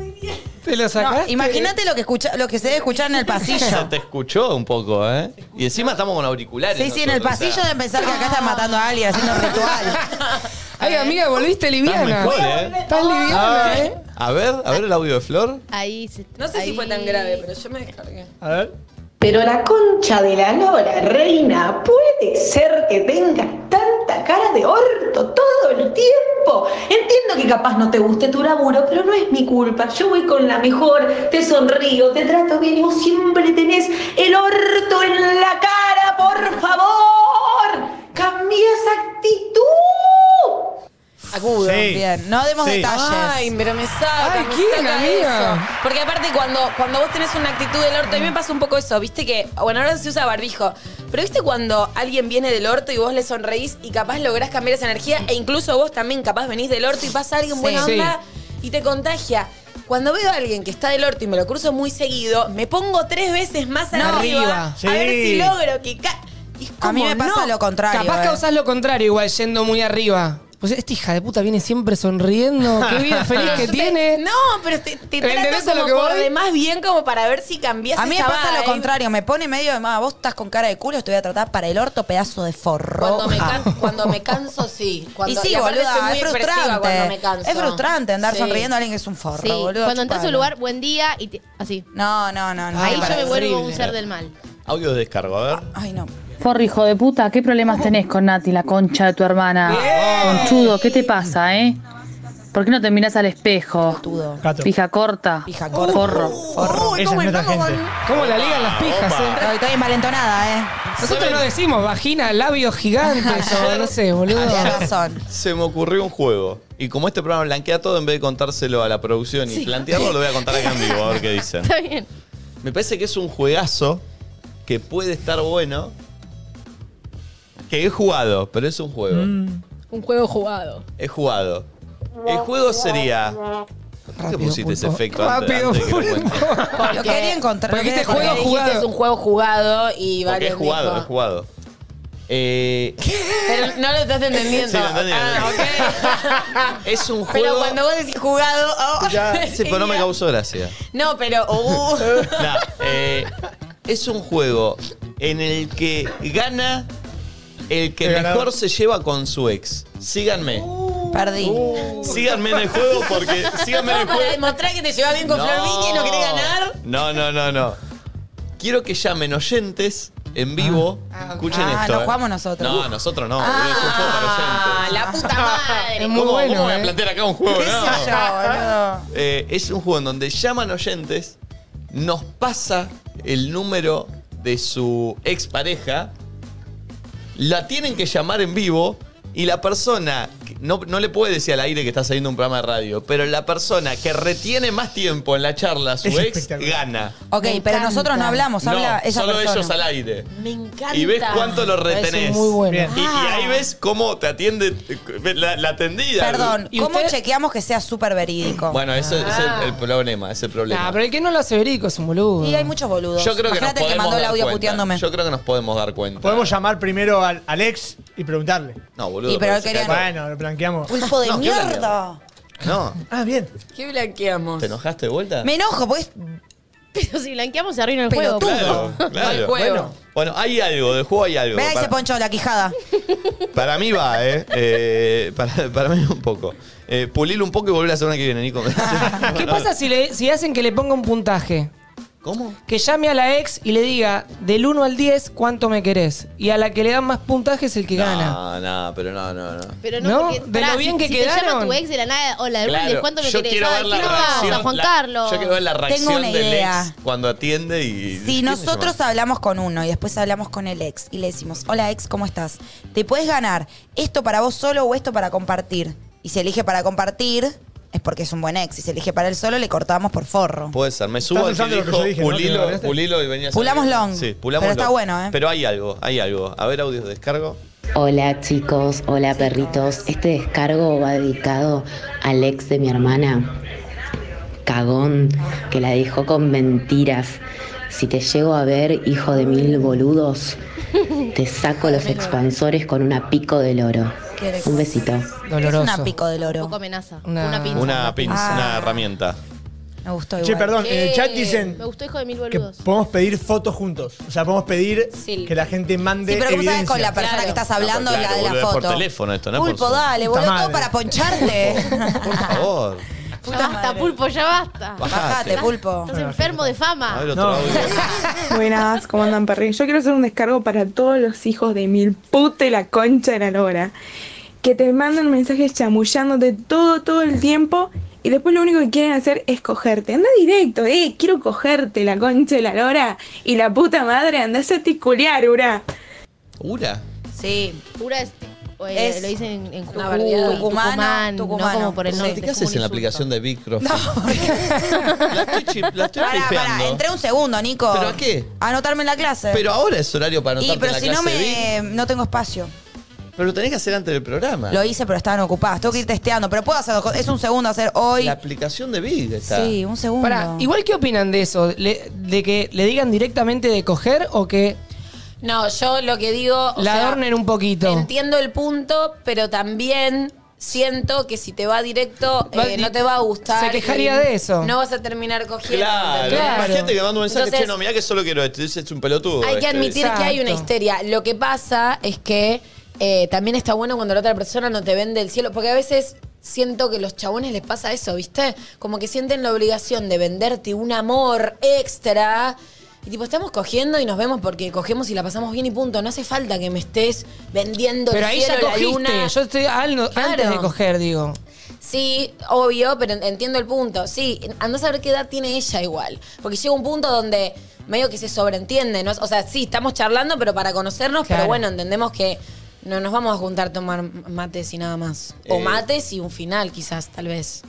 Speaker 4: Uy, ¿Te lo
Speaker 3: No,
Speaker 4: sacaste?
Speaker 3: Imagínate lo que escucha, lo que se debe escuchar en el
Speaker 1: Se
Speaker 3: pasillo.
Speaker 1: te escuchó un poco, ¿eh? Y encima estamos con auriculares.
Speaker 3: Sí, sí, en el
Speaker 1: nosotros, o
Speaker 3: pasillo
Speaker 1: sea,
Speaker 3: de pensar que acá están matando a alguien haciendo un ritual.
Speaker 4: Ay, amiga, volviste
Speaker 1: Estás
Speaker 4: liviana.
Speaker 1: mejor, ¿eh?
Speaker 4: Estás liviana, ¿eh?
Speaker 1: A ver, a ver el audio de Flor.
Speaker 5: Ahí se
Speaker 2: No sé si
Speaker 5: ahí-
Speaker 2: fue tan grave, pero yo me descargué.
Speaker 7: A ver.
Speaker 6: Pero la concha de la lora, reina, puede ser que tengas tanta cara de orto todo el tiempo. Entiendo que capaz no te guste tu laburo, pero no es mi culpa. Yo voy con la mejor, te sonrío, te trato bien y vos siempre tenés el orto en la cara, por favor. Cambia esa actitud.
Speaker 2: Agudo.
Speaker 7: Sí.
Speaker 3: Bien, no demos
Speaker 7: Sí.
Speaker 3: detalles.
Speaker 2: Ay, pero me saca,
Speaker 4: Ay,
Speaker 2: me
Speaker 4: ¿quién,
Speaker 2: saca
Speaker 4: amiga?
Speaker 2: eso. Porque aparte cuando, cuando vos tenés una actitud del orto, a mí me pasa un poco eso, viste que, bueno, ahora se usa barbijo, pero viste cuando alguien viene del orto y vos le sonreís y capaz lográs cambiar esa energía, e incluso vos también capaz venís del orto y pasa alguien
Speaker 3: Sí.
Speaker 2: buena
Speaker 4: Sí.
Speaker 2: onda y te contagia. Cuando veo a alguien que está del orto y me lo cruzo muy seguido, me pongo tres veces más
Speaker 4: No.
Speaker 2: arriba,
Speaker 4: Arriba.
Speaker 7: Sí.
Speaker 2: a ver si logro que... ca- y es
Speaker 3: A mí
Speaker 2: como,
Speaker 3: me pasa
Speaker 2: no.
Speaker 3: lo contrario.
Speaker 4: Capaz
Speaker 3: eh.
Speaker 4: causás lo contrario, igual yendo muy arriba. Pues esta hija de puta viene siempre sonriendo. Qué vida feliz que
Speaker 2: Yo te-
Speaker 4: tiene.
Speaker 2: No, pero te, te
Speaker 4: ¿Entendés
Speaker 2: trato
Speaker 4: a lo
Speaker 2: como
Speaker 4: que
Speaker 2: por
Speaker 4: voy?
Speaker 2: demás bien como para ver si cambias
Speaker 3: A mí me pasa lo contrario, me pone medio de más. Vos estás con cara de culo, te voy a tratar para el orto, pedazo de forro.
Speaker 2: Cuando me, can- cuando me canso, sí.
Speaker 3: y
Speaker 2: Cuando,
Speaker 3: sí,
Speaker 2: aparte
Speaker 3: boluda,
Speaker 2: soy muy
Speaker 3: es
Speaker 2: expresiva cuando me
Speaker 3: frustrante.
Speaker 2: canso.
Speaker 3: Es frustrante andar
Speaker 2: Sí.
Speaker 3: sonriendo a alguien que es un forro,
Speaker 5: Sí,
Speaker 3: boludo.
Speaker 5: cuando entras a un
Speaker 3: chupalo. Ah,
Speaker 5: lugar, buen día y te- así.
Speaker 3: No, no, no. no me
Speaker 5: Ahí yo me
Speaker 3: parece.
Speaker 5: vuelvo un
Speaker 4: horrible.
Speaker 5: ser del mal.
Speaker 1: Audio de descargo, a ver.
Speaker 3: Ay, no.
Speaker 10: Forro, hijo de puta,
Speaker 1: Ah,
Speaker 10: ¿qué problemas tenés con Nati, la concha de tu hermana? Conchudo, ¿qué te pasa, eh? ¿Por qué no te miras al espejo? Pija corta. Pija
Speaker 3: corta.
Speaker 10: Forro.
Speaker 3: uh,
Speaker 4: Esa es nuestra gente. ¿Cómo la ligan las pijas, eh?
Speaker 3: Estoy, estoy envalentonada, ¿eh?
Speaker 4: Nosotros no decimos vagina, labios gigantes o no sé, boludo.
Speaker 3: Tenés razón.
Speaker 1: Se me ocurrió un juego. Y como este programa blanquea todo, en vez de contárselo a la producción y
Speaker 5: Sí.
Speaker 1: plantearlo, lo voy a contar acá en vivo, a ver qué dicen.
Speaker 5: Está bien.
Speaker 1: Me parece que es un juegazo que puede estar bueno. Que he jugado, pero es un juego.
Speaker 2: Mm.
Speaker 5: Un juego jugado.
Speaker 1: He jugado. El juego sería. ¿Por qué pusiste ese efecto antes-
Speaker 4: Rápido,
Speaker 1: antes de que lo cuente?
Speaker 2: Porque,
Speaker 3: quería encontrar-
Speaker 2: Porque este
Speaker 3: porque
Speaker 2: juego
Speaker 3: dijiste
Speaker 2: jugado. es un juego jugado y
Speaker 1: Porque
Speaker 2: varios
Speaker 1: he jugado, he
Speaker 2: dijo-
Speaker 1: jugado. Eh,
Speaker 2: Pero no lo estás entendiendo.
Speaker 1: Sí, lo entendí, lo
Speaker 2: Ah,
Speaker 1: ok. Es un juego.
Speaker 2: Pero cuando vos decís jugado. oh,
Speaker 1: ya, sí, pero no me
Speaker 2: ya.
Speaker 1: causó gracia.
Speaker 2: No, pero. uh.
Speaker 1: Nah, eh, es un juego en el que gana el que
Speaker 7: El ganador.
Speaker 1: mejor se lleva con su ex. Síganme.
Speaker 3: Uh. Perdí.
Speaker 1: Síganme en el juego porque. Síganme en el
Speaker 2: Para
Speaker 1: juego.
Speaker 2: demostrar que te llevas bien con
Speaker 1: No.
Speaker 2: Flor Viña y no querés ganar.
Speaker 1: No, no, no, no. Quiero que llamen oyentes en vivo. Escuchen
Speaker 3: Ah,
Speaker 1: esto.
Speaker 3: lo
Speaker 1: eh.
Speaker 3: jugamos nosotros. Ah,
Speaker 1: No, nosotros no. boludo, es un juego para oyentes.
Speaker 2: la puta madre.
Speaker 4: Es muy
Speaker 1: ¿Cómo,
Speaker 4: bueno,
Speaker 1: cómo voy
Speaker 4: eh.
Speaker 1: a plantear acá un juego?
Speaker 3: ¿Qué
Speaker 1: No.
Speaker 3: sé yo, boludo?
Speaker 1: Eh, es un juego en donde llaman oyentes, nos pasa el número de su expareja, la tienen que llamar en vivo y la persona, que- no, no le puede decir al aire que está saliendo un programa de radio, pero la persona que retiene más tiempo en la charla a su
Speaker 3: Es
Speaker 1: ex
Speaker 3: espectacular.
Speaker 1: gana.
Speaker 3: Ok, pero nosotros no hablamos,
Speaker 1: No,
Speaker 3: habla esa
Speaker 1: solo
Speaker 3: persona.
Speaker 1: ellos al aire.
Speaker 2: Me encanta.
Speaker 1: Y ves cuánto lo retenés.
Speaker 4: muy bueno.
Speaker 1: Bien. Y, y
Speaker 3: Ah.
Speaker 1: ahí ves cómo te atiende eh, la, la atendida.
Speaker 3: Perdón, ¿cómo chequeamos que sea súper verídico?
Speaker 1: Bueno, eso es el,
Speaker 3: Ah.
Speaker 1: el problema, es el problema.
Speaker 4: Ah, pero el que no lo hace verico es un boludo.
Speaker 3: Y hay muchos boludos.
Speaker 1: Yo creo que nos
Speaker 3: Imagínate que
Speaker 1: podemos
Speaker 3: mandó el
Speaker 1: dar
Speaker 3: audio
Speaker 1: cuenta.
Speaker 3: puteándome.
Speaker 1: Yo creo que nos podemos dar cuenta.
Speaker 7: Podemos llamar primero al, al ex y preguntarle.
Speaker 1: No, boludo.
Speaker 3: Y pero
Speaker 1: pero
Speaker 3: él
Speaker 1: se
Speaker 3: quería-
Speaker 1: cae-
Speaker 7: Bueno, lo blanqueamos.
Speaker 3: Pulpo de
Speaker 1: No, ¿qué hablan de-
Speaker 3: mierda.
Speaker 1: No,
Speaker 7: Ah, bien.
Speaker 2: ¿Qué blanqueamos?
Speaker 1: ¿te enojaste de vuelta?
Speaker 3: Me enojo, pues.
Speaker 5: Pero si blanqueamos se arruina el
Speaker 3: Pelotudo.
Speaker 5: juego.
Speaker 1: Claro,
Speaker 2: Mal
Speaker 1: claro.
Speaker 2: juego.
Speaker 1: Bueno, bueno, hay algo, del juego hay algo.
Speaker 3: Vea ese
Speaker 1: Para,
Speaker 3: poncho, la quijada.
Speaker 1: para mí va, ¿eh? Eh, para, para mí un poco. Eh, pulilo un poco y volver la semana que viene, Nico.
Speaker 4: ¿Qué pasa si, le, si hacen que le ponga un puntaje?
Speaker 1: ¿Cómo?
Speaker 4: Que llame a la ex y le diga del 1 al 10 cuánto me querés. Y a la que le dan más puntaje es el que gana.
Speaker 1: No, no, pero no, no, no.
Speaker 5: Pero no,
Speaker 4: ¿No?
Speaker 5: porque,
Speaker 4: De lo
Speaker 5: pará,
Speaker 4: bien
Speaker 5: si,
Speaker 4: que
Speaker 5: si te llama
Speaker 4: quedaron.
Speaker 5: tu ex de la nada, hola, de
Speaker 1: Claro,
Speaker 5: ¿cuánto me
Speaker 1: yo
Speaker 5: querés?
Speaker 1: quiero
Speaker 5: Ay,
Speaker 1: ver la
Speaker 5: ¿quién vas?
Speaker 1: reacción.
Speaker 5: A Juan
Speaker 1: la-
Speaker 5: Carlos.
Speaker 1: yo quiero ver la
Speaker 3: Tengo
Speaker 1: reacción
Speaker 3: una
Speaker 1: del ex
Speaker 3: idea.
Speaker 1: cuando atiende y.
Speaker 3: Si
Speaker 1: ¿quién me
Speaker 3: nosotros
Speaker 1: llama?
Speaker 3: hablamos con uno y después hablamos con el ex y le decimos, hola ex, ¿cómo estás? ¿Te puedes ganar esto para vos solo o esto para compartir? Y si elige para compartir, es porque es un buen ex. Si se elige para él solo, le cortamos por forro.
Speaker 1: Puede ser, me subo al que
Speaker 7: usando lo que
Speaker 1: dijo
Speaker 7: yo dije, ¿no? ¿Que me
Speaker 1: pulilo,
Speaker 7: ganaste?
Speaker 1: pulilo y venía a
Speaker 3: Pulamos
Speaker 1: salir.
Speaker 3: long.
Speaker 1: Sí, pulamos
Speaker 3: Pero está
Speaker 1: long.
Speaker 3: bueno, ¿eh?
Speaker 1: Pero hay algo, hay algo. A ver, audios de descargo.
Speaker 14: Hola chicos, hola perritos. Este descargo va dedicado al ex de mi hermana, Cagón, que la dejó con mentiras. Si te llego a ver, hijo de mil boludos, te saco los expansores con una pico del oro. Un besito.
Speaker 3: Es
Speaker 4: Doloroso.
Speaker 3: una pico del
Speaker 5: Un
Speaker 3: oro.
Speaker 5: poco amenaza.
Speaker 4: Una-
Speaker 5: Una pinza.
Speaker 1: Una pinza,
Speaker 3: Ah.
Speaker 1: una herramienta.
Speaker 3: Me gustó igual.
Speaker 7: Che, perdón, en el chat
Speaker 5: Eh,
Speaker 7: dicen
Speaker 5: Me gustó hijo de mil
Speaker 7: que
Speaker 5: boludos.
Speaker 7: podemos pedir fotos juntos. O sea, podemos pedir
Speaker 2: Sí.
Speaker 7: que la gente mande
Speaker 3: Sí, pero ¿cómo sabes
Speaker 7: evidencia.
Speaker 3: con la persona que estás hablando
Speaker 1: No, pero
Speaker 3: la
Speaker 1: claro,
Speaker 3: de la
Speaker 1: boludo, es
Speaker 3: foto?
Speaker 1: por teléfono esto, no es por
Speaker 3: Pulpo,
Speaker 1: Zoom.
Speaker 3: dale,
Speaker 7: Puta
Speaker 3: boludo, todo
Speaker 7: madre.
Speaker 3: para poncharte.
Speaker 1: Por favor.
Speaker 5: Ya basta, pulpo, ya basta.
Speaker 1: Bajate.
Speaker 3: Bajate, pulpo.
Speaker 5: Estás enfermo de
Speaker 1: A ver
Speaker 5: fama.
Speaker 1: otro
Speaker 7: No.
Speaker 1: audio.
Speaker 15: Buenas, ¿cómo andan, perri? Yo quiero hacer un descargo para todos los hijos de mil puta y la concha de la lora. Que te mandan mensajes chamullándote todo, todo el tiempo y después lo único que quieren hacer es cogerte. Anda directo, eh, quiero cogerte la concha de la lora y la puta madre, anda a ticulear, ura.
Speaker 1: Ura.
Speaker 3: Sí.
Speaker 5: Pura es, o, eh,
Speaker 3: Es
Speaker 5: lo dicen en, en
Speaker 3: una
Speaker 5: Jujuy,
Speaker 3: barbaridad. Tucumano,
Speaker 5: Tucumán,
Speaker 3: tucumano.
Speaker 5: no como por el
Speaker 3: Sí.
Speaker 5: norte.
Speaker 1: ¿Qué
Speaker 5: es como
Speaker 1: haces
Speaker 5: un
Speaker 1: en la
Speaker 5: insulto.
Speaker 1: aplicación de Big Croft?
Speaker 3: No,
Speaker 1: La estoy, chi- la estoy
Speaker 3: pará, pará,
Speaker 1: pipeando.
Speaker 3: entré un segundo, Nico.
Speaker 1: ¿Pero a qué?
Speaker 3: A anotarme en la clase.
Speaker 1: Pero ahora es horario para anotarte
Speaker 3: y, pero
Speaker 1: en la
Speaker 3: si
Speaker 1: clase
Speaker 3: no
Speaker 1: de Big.
Speaker 3: me no tengo espacio.
Speaker 1: Pero lo tenés que hacer antes del programa.
Speaker 3: Lo hice, pero estaban ocupadas. Tengo que ir testeando, pero puedo hacer dos cosas. Es un segundo hacer hoy.
Speaker 1: La aplicación de Big está.
Speaker 3: Sí, un segundo.
Speaker 4: Pará, igual qué opinan de eso, Le- de que le digan directamente de coger o que
Speaker 2: No, yo lo que digo. o
Speaker 4: la
Speaker 2: sea,
Speaker 4: adornen un poquito.
Speaker 2: Entiendo el punto, pero también siento que si te va directo,
Speaker 4: Va-
Speaker 2: eh, no te va a gustar.
Speaker 4: se quejaría
Speaker 2: y
Speaker 4: de eso.
Speaker 2: No vas a terminar cogiendo.
Speaker 1: Claro.
Speaker 2: ¿entendés?
Speaker 4: Claro.
Speaker 1: Imagínate que mando un mensaje,
Speaker 2: Entonces-
Speaker 1: che, no, mirá que solo quiero esto. Dice, Es un pelotudo.
Speaker 2: Hay que
Speaker 1: este".
Speaker 2: admitir que hay una
Speaker 4: Exacto.
Speaker 2: histeria. Lo que pasa es que eh, también está bueno cuando la otra persona no te vende el cielo, porque a veces siento que los chabones les pasa eso, ¿viste? Como que sienten la obligación de venderte un amor extra. Y tipo, estamos cogiendo y nos vemos porque cogemos y la pasamos bien y punto. No hace falta que me estés vendiendo
Speaker 4: Pero
Speaker 2: el
Speaker 4: ahí
Speaker 2: cielo,
Speaker 4: ya
Speaker 2: la luna.
Speaker 4: cogiste. Yo estoy al-
Speaker 2: Claro.
Speaker 4: antes de coger, digo.
Speaker 2: Sí, obvio, pero entiendo el punto. Sí, andás a ver qué edad tiene ella igual. Porque llega un punto donde medio que se sobreentiende, ¿no? O sea, sí, estamos charlando, pero para conocernos,
Speaker 3: Claro.
Speaker 2: pero bueno, entendemos que no nos vamos a juntar a tomar mates y nada más. O
Speaker 1: Eh.
Speaker 2: mates y un final, quizás, tal vez.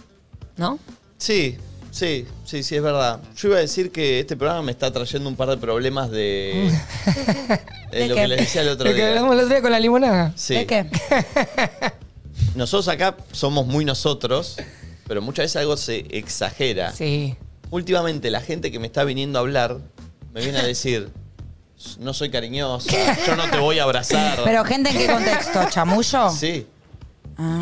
Speaker 2: ¿No?
Speaker 1: Sí, sí, sí, sí, es verdad. Yo iba a decir que este programa me está trayendo un par de problemas de. de lo que les decía el otro
Speaker 4: Lo que
Speaker 1: día.
Speaker 4: hablamos el otro día con la limonada.
Speaker 1: Sí. ¿De qué? Nosotros acá somos muy nosotros, pero muchas veces algo se exagera.
Speaker 4: Sí.
Speaker 1: Últimamente la gente que me está viniendo a hablar me viene a decir. No soy cariñosa, yo no te voy a abrazar.
Speaker 3: Pero gente en qué contexto, chamullo.
Speaker 1: Sí.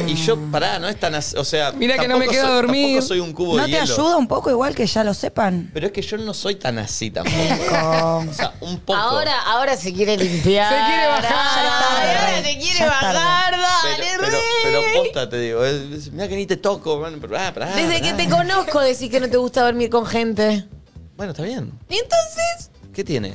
Speaker 1: Y yo, pará, no es tan así. O sea,
Speaker 3: Mirá que no me
Speaker 1: tampoco
Speaker 3: quedo a
Speaker 1: soy-
Speaker 3: dormir.
Speaker 1: tampoco soy un cubo
Speaker 3: ¿No
Speaker 1: de
Speaker 3: te
Speaker 1: hielo.
Speaker 3: ayuda un poco igual que ya lo sepan?
Speaker 1: Pero es que yo no soy tan así tampoco. o sea, un poco.
Speaker 2: Ahora, ahora se quiere limpiar.
Speaker 8: Se quiere
Speaker 2: bajar.
Speaker 8: Ahora se quiere bajar,
Speaker 1: Pero, pero, pero posta, te digo. es- Mirá que ni te toco, man, pero, ah, pará,
Speaker 2: Desde que
Speaker 1: pará.
Speaker 2: te conozco decís que no te gusta dormir con gente.
Speaker 1: Bueno, está bien.
Speaker 2: Y entonces,
Speaker 1: ¿Qué tiene?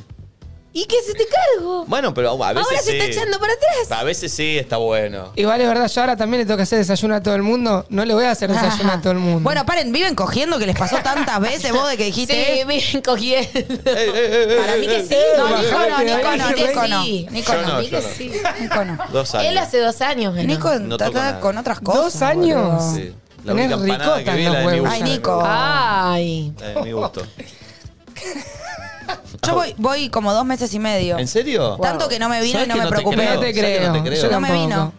Speaker 2: ¿y qué se te cargo?
Speaker 1: Bueno, pero a veces
Speaker 2: Ahora se
Speaker 1: sí.
Speaker 2: está echando para atrás.
Speaker 1: A veces sí está bueno.
Speaker 4: Igual es verdad, yo ahora también le tengo que hacer desayuno a todo el mundo. No le voy a hacer desayuno a todo el mundo.
Speaker 3: Bueno, paren, viven cogiendo que les pasó tantas veces vos de que dijiste.
Speaker 2: Sí, bien cogiendo.
Speaker 3: Para mí que sí. No, Nico no, Nico no, Nico no. Nico
Speaker 1: Yo no,
Speaker 3: no.
Speaker 1: yo no.
Speaker 3: Nico no.
Speaker 1: Dos años.
Speaker 2: Él hace dos años, menos.
Speaker 3: Nico
Speaker 1: No
Speaker 3: está
Speaker 1: toco nada.
Speaker 3: con otras cosas.
Speaker 4: ¿Dos años?
Speaker 3: boludo.
Speaker 1: Sí. La
Speaker 4: Tenés
Speaker 1: única empanada que
Speaker 4: ricota
Speaker 1: vi
Speaker 4: en
Speaker 1: la de
Speaker 4: los
Speaker 1: mi gusto.
Speaker 4: huevos. Ay,
Speaker 3: Nico.
Speaker 2: Ay.
Speaker 1: La de mi gusto.
Speaker 3: Yo voy, voy como dos meses y medio.
Speaker 1: ¿En serio?
Speaker 3: Tanto que no me vino y
Speaker 1: ¿Sabes
Speaker 3: no
Speaker 1: que
Speaker 3: me
Speaker 1: te
Speaker 3: preocupé.
Speaker 1: creo?
Speaker 4: No te
Speaker 1: ¿Sabes que
Speaker 4: creo.
Speaker 1: No te creo.
Speaker 4: Yo
Speaker 3: No me
Speaker 4: tampoco.
Speaker 3: vino.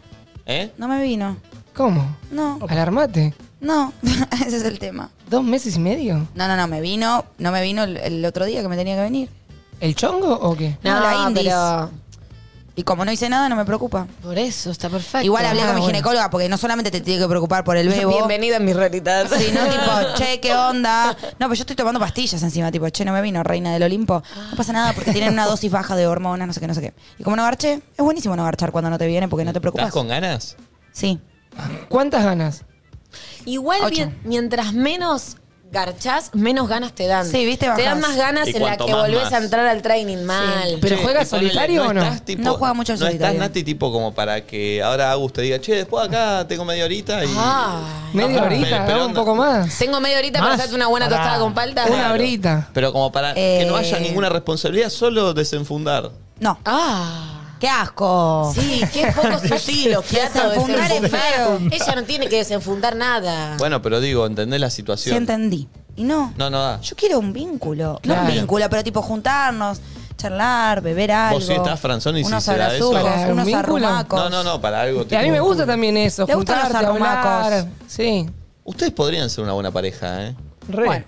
Speaker 1: ¿Eh?
Speaker 3: No me vino.
Speaker 4: ¿Cómo?
Speaker 3: No,
Speaker 4: ¿Alarmate?
Speaker 3: no. Ese es el tema.
Speaker 4: ¿Dos meses y medio?
Speaker 3: No, no, no, me vino. No me vino el, el otro día que me tenía que venir.
Speaker 4: ¿El chongo o qué?
Speaker 3: No,
Speaker 2: No,
Speaker 3: la indis.
Speaker 2: pero-
Speaker 3: Y como no hice nada, no me preocupa.
Speaker 2: Por eso, está perfecto.
Speaker 3: Igual hablé
Speaker 2: Ah,
Speaker 3: con mi
Speaker 2: bueno.
Speaker 3: ginecóloga porque no solamente te tiene que preocupar por el bebo.
Speaker 2: Bienvenida a mi realidad.
Speaker 3: Sino tipo, che, ¿qué onda? No, pero yo estoy tomando pastillas encima, tipo, che, no me vino, reina del Olimpo. No pasa nada porque tienen una dosis baja de hormonas, no sé qué, no sé qué. Y como no garché, es buenísimo no garchar cuando no te viene porque no te
Speaker 1: ¿Estás
Speaker 3: preocupas.
Speaker 1: con ganas?
Speaker 3: Sí.
Speaker 4: ¿Cuántas ganas?
Speaker 2: Igual
Speaker 3: Ocho.
Speaker 2: bien- mientras menos garchás, menos ganas te dan.
Speaker 3: Sí, viste,
Speaker 2: Te dan
Speaker 3: bajás.
Speaker 2: más ganas
Speaker 1: Y
Speaker 2: en la
Speaker 1: cuanto
Speaker 2: que
Speaker 1: más,
Speaker 2: volvés
Speaker 1: más.
Speaker 2: a entrar al training mal.
Speaker 4: ¿Pero juega
Speaker 1: y ponele,
Speaker 4: solitario o no?
Speaker 1: estás, tipo-
Speaker 3: No juega mucho al
Speaker 1: no
Speaker 3: solitario.
Speaker 1: estás, Nati, tipo como para que ahora Agus te diga, che, después acá tengo media horita y...
Speaker 2: Ah,
Speaker 4: ¿Media
Speaker 1: Ah,
Speaker 4: horita?
Speaker 1: pero- pero
Speaker 4: hagamos un
Speaker 1: onda-
Speaker 4: poco más.
Speaker 2: tengo media horita para
Speaker 4: Más.
Speaker 2: hacerte una buena
Speaker 4: Pará.
Speaker 2: tostada con palta.
Speaker 4: Una horita.
Speaker 1: Pero como para que no haya
Speaker 3: Eh.
Speaker 1: ninguna responsabilidad, solo desenfundar.
Speaker 3: No.
Speaker 2: Ah.
Speaker 3: ¡Qué asco!
Speaker 2: Sí, qué poco sutil, ojeato,
Speaker 3: Desenfundar es
Speaker 2: desenfundar.
Speaker 3: feo.
Speaker 2: Ella no tiene que desenfundar
Speaker 3: Ah.
Speaker 2: nada.
Speaker 1: Bueno, pero digo, entendés la
Speaker 3: Sí,
Speaker 1: situación.
Speaker 3: entendí. Y no,
Speaker 1: No, no da.
Speaker 3: yo quiero un vínculo.
Speaker 4: Claro.
Speaker 3: No un vínculo, pero tipo juntarnos, charlar, beber algo.
Speaker 1: sí estás, Franzoni, si
Speaker 3: Unos
Speaker 1: se da
Speaker 3: abrazos,
Speaker 1: eso.
Speaker 4: ¿Para un
Speaker 3: unos
Speaker 4: vínculo?
Speaker 3: arrumacos.
Speaker 1: No, no, no, para algo.
Speaker 4: Y a mí
Speaker 1: tipo-
Speaker 4: me gusta también eso,
Speaker 3: ¿Te gustan los
Speaker 4: juntarte, hablar.
Speaker 3: arrumacos?
Speaker 4: Sí,
Speaker 1: Ustedes podrían ser una buena pareja, ¿eh?
Speaker 4: re.
Speaker 3: Bueno.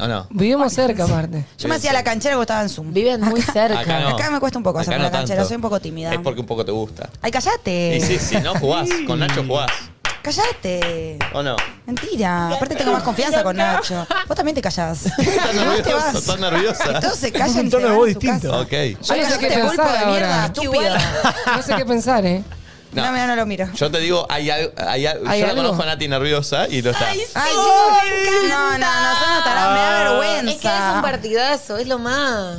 Speaker 1: ¿O no?
Speaker 4: Vivimos cerca, aparte.
Speaker 3: Yo me hacía la canchera cuando estaba en Zoom.
Speaker 2: Viven muy cerca.
Speaker 1: Acá no.
Speaker 3: Acá me cuesta un poco
Speaker 1: Acá
Speaker 3: hacer
Speaker 1: no
Speaker 3: la canchera,
Speaker 1: tanto.
Speaker 3: soy un poco tímida. Eh.
Speaker 1: Es porque un poco te gusta.
Speaker 3: Ay, callate.
Speaker 1: Y sí, si no jugás, con Nacho jugás.
Speaker 3: Callate.
Speaker 1: ¿O no?
Speaker 3: Mentira. Aparte tengo más confianza con Nacho. Vos también te callás.
Speaker 1: Estás
Speaker 3: Vos te
Speaker 1: nerviosa,
Speaker 3: vas.
Speaker 1: estás nerviosa.
Speaker 3: Todos se callan y
Speaker 7: Un
Speaker 3: se van
Speaker 7: tono de
Speaker 3: a
Speaker 7: voz
Speaker 3: su
Speaker 7: distinto.
Speaker 3: casa.
Speaker 1: Ok.
Speaker 4: Yo no sé
Speaker 3: Cállate,
Speaker 4: qué
Speaker 3: pulpo
Speaker 4: pensar
Speaker 3: de mierda,
Speaker 4: ahora.
Speaker 3: estúpido.
Speaker 4: No sé qué pensar, ¿eh?
Speaker 1: No.
Speaker 3: No, mira, no lo miro.
Speaker 1: Yo te digo, hay algo. Hay al-
Speaker 4: ¿Hay
Speaker 1: yo
Speaker 4: algo?
Speaker 1: la conozco a Nati nerviosa y lo está.
Speaker 3: Ay, sí, me encanta. No, no, no, son unos tarados, me da vergüenza.
Speaker 2: Es que es un partidazo, es lo más.